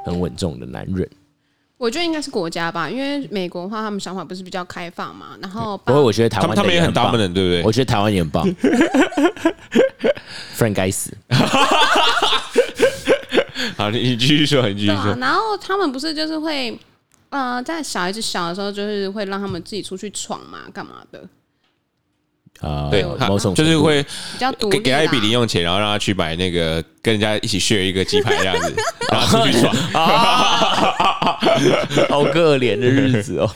Speaker 2: 很稳重的男人？
Speaker 3: 我觉得应该是国家吧，因为美国的话，他们想法不是比较开放嘛。然后
Speaker 2: 不
Speaker 3: 把
Speaker 2: 过我觉得台
Speaker 1: 他们
Speaker 2: 湾
Speaker 1: 他们也很
Speaker 2: 大
Speaker 1: dominant，对不对？
Speaker 2: 我觉得台湾也很
Speaker 1: *laughs*
Speaker 2: 棒，Frank 该死，
Speaker 1: 好，你你继续说，你继续
Speaker 3: 对啊
Speaker 1: 说，。
Speaker 3: 然后他们不是就是会，呃，在小孩子小的时候，就是会让他们自己出去闯嘛，干嘛的，
Speaker 2: 啊，
Speaker 1: 对，他
Speaker 2: 某种
Speaker 1: 就是
Speaker 2: 程度
Speaker 1: 会
Speaker 3: 比较独立
Speaker 1: 给
Speaker 3: 啊啦
Speaker 1: 给他一笔零用钱，然后让他去买那个跟人家一起 share 一个鸡排这样子，然后出去爽。
Speaker 2: *laughs* 好可怜的日子哦。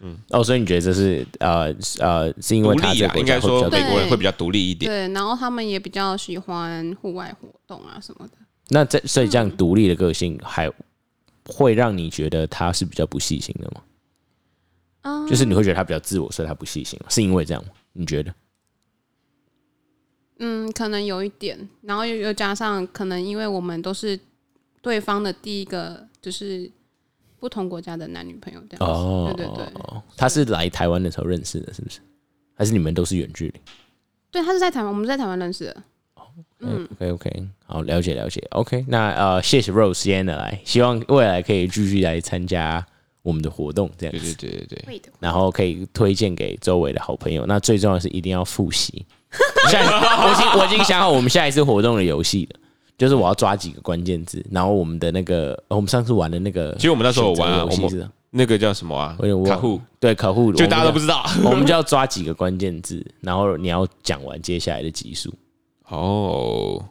Speaker 2: 嗯，哦，所以你觉得这是呃呃，是因为
Speaker 1: 独
Speaker 2: 他
Speaker 1: 立
Speaker 2: 这
Speaker 1: 啦
Speaker 2: 个，国
Speaker 1: 应该
Speaker 2: 家会比较
Speaker 1: 说
Speaker 2: 多
Speaker 1: 美国人
Speaker 3: 对
Speaker 1: 会比较独立一点。
Speaker 3: 对，然后他们也比较喜欢户外活动啊什么的。
Speaker 2: 那这所以这样独立的个性还会让你觉得他是比较不细心的吗？
Speaker 3: 嗯
Speaker 2: 就是你会觉得他比较自我，所以他不细心，啊是因为这样吗？你觉得？
Speaker 3: 嗯，可能有一点，然后又又加上可能因为我们都是对方的第一个就是不同国家的男女朋友这样子，
Speaker 2: 哦，
Speaker 3: 对对对，
Speaker 2: 他是来台湾的时候认识的，是不是？还是你们都是远距离？
Speaker 3: 对他是在台湾，我们是在台湾认识的，
Speaker 2: 嗯，OK OK，好，了解了解。OK，那呃，谢谢 Rose 今天的来，希望未来可以继续来参加我们的活动，这样
Speaker 1: 对
Speaker 2: 子
Speaker 1: 对。对对对。
Speaker 3: 会的，
Speaker 2: 然后可以推荐给周围的好朋友。那最重要的是一定要复习。 *laughs* 下一我已经我已经想好我们下一次活动的游戏了，就是我要抓几个关键字，然后我们的那个呃我们上次玩的那个，
Speaker 1: 其实我们那时候有玩啊
Speaker 2: 游戏是
Speaker 1: 那个叫什么啊
Speaker 2: 我有？
Speaker 1: 卡户，
Speaker 2: 对可户，
Speaker 1: 就大家都不
Speaker 2: 道。
Speaker 1: 知道。
Speaker 2: 我们就要抓几个关键字，然后你要讲完接下来的
Speaker 1: *laughs*
Speaker 2: 集数。
Speaker 1: 哦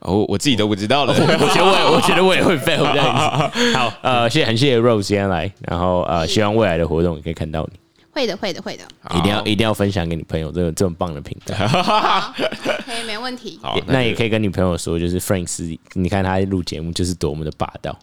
Speaker 1: 哦，我自己都不知道了。
Speaker 2: 我觉得我也，我觉得我也会 fail 这样
Speaker 1: *laughs*
Speaker 2: 子。好，呃，谢很谢谢 Rose 今天来，然后呃，希望未来的活动也可以看到你，
Speaker 3: 会的，会的，会的，
Speaker 2: 一定要一定要分享给你朋友这个这么棒的平台。
Speaker 3: 好，可以，没问
Speaker 1: *laughs*
Speaker 3: 题，
Speaker 1: 好
Speaker 2: 哦也，那也
Speaker 1: 就
Speaker 2: 可以跟你朋友说，就是 Frank 是，你看他录节目就是多么的霸道，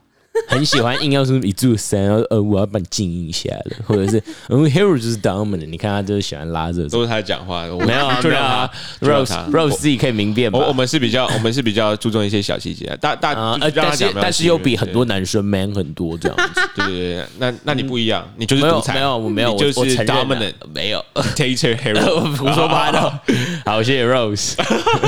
Speaker 2: 很喜欢硬要说一柱三，然后呃我要把你静音一下了，或者是嗯 hero 就是 dominant，你看他就是喜欢拉这种，
Speaker 1: 都是他讲话，我
Speaker 2: 没有啊，
Speaker 1: 就
Speaker 2: 对
Speaker 1: 让他
Speaker 2: 啊
Speaker 1: 就让
Speaker 2: ，Rose
Speaker 1: 他
Speaker 2: Rose 自己可以明辨吧
Speaker 1: 我。我们是比较我们是比较注重一些小细节，大大
Speaker 2: 啊，
Speaker 1: 就
Speaker 2: 呃
Speaker 1: 是让他讲
Speaker 2: 但是
Speaker 1: 没有
Speaker 2: 但是又比
Speaker 1: 对
Speaker 2: 很多男生 man 很多这样子，
Speaker 1: 对对对，对那那你不一样，你就是
Speaker 2: 没
Speaker 1: 独
Speaker 2: 有
Speaker 1: 裁，
Speaker 2: 嗯没有我没有，
Speaker 1: 你
Speaker 2: 我
Speaker 1: 就
Speaker 2: 我
Speaker 1: 是
Speaker 2: 承认啊
Speaker 1: dominant
Speaker 2: 没有， *laughs*
Speaker 1: dictator
Speaker 2: 我
Speaker 1: hero，
Speaker 2: 胡说八道。好，谢谢 Rose。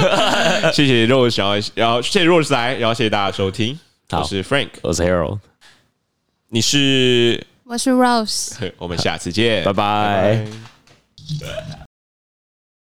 Speaker 1: *laughs* 谢谢 Rose，然后然后谢谢 Rose 来，然后谢谢大家收听，
Speaker 2: 好
Speaker 1: 我是 Frank，
Speaker 2: 我是 Harold，
Speaker 1: 你是，
Speaker 3: 我是 Rose。
Speaker 1: 我们下次见，
Speaker 2: 拜拜。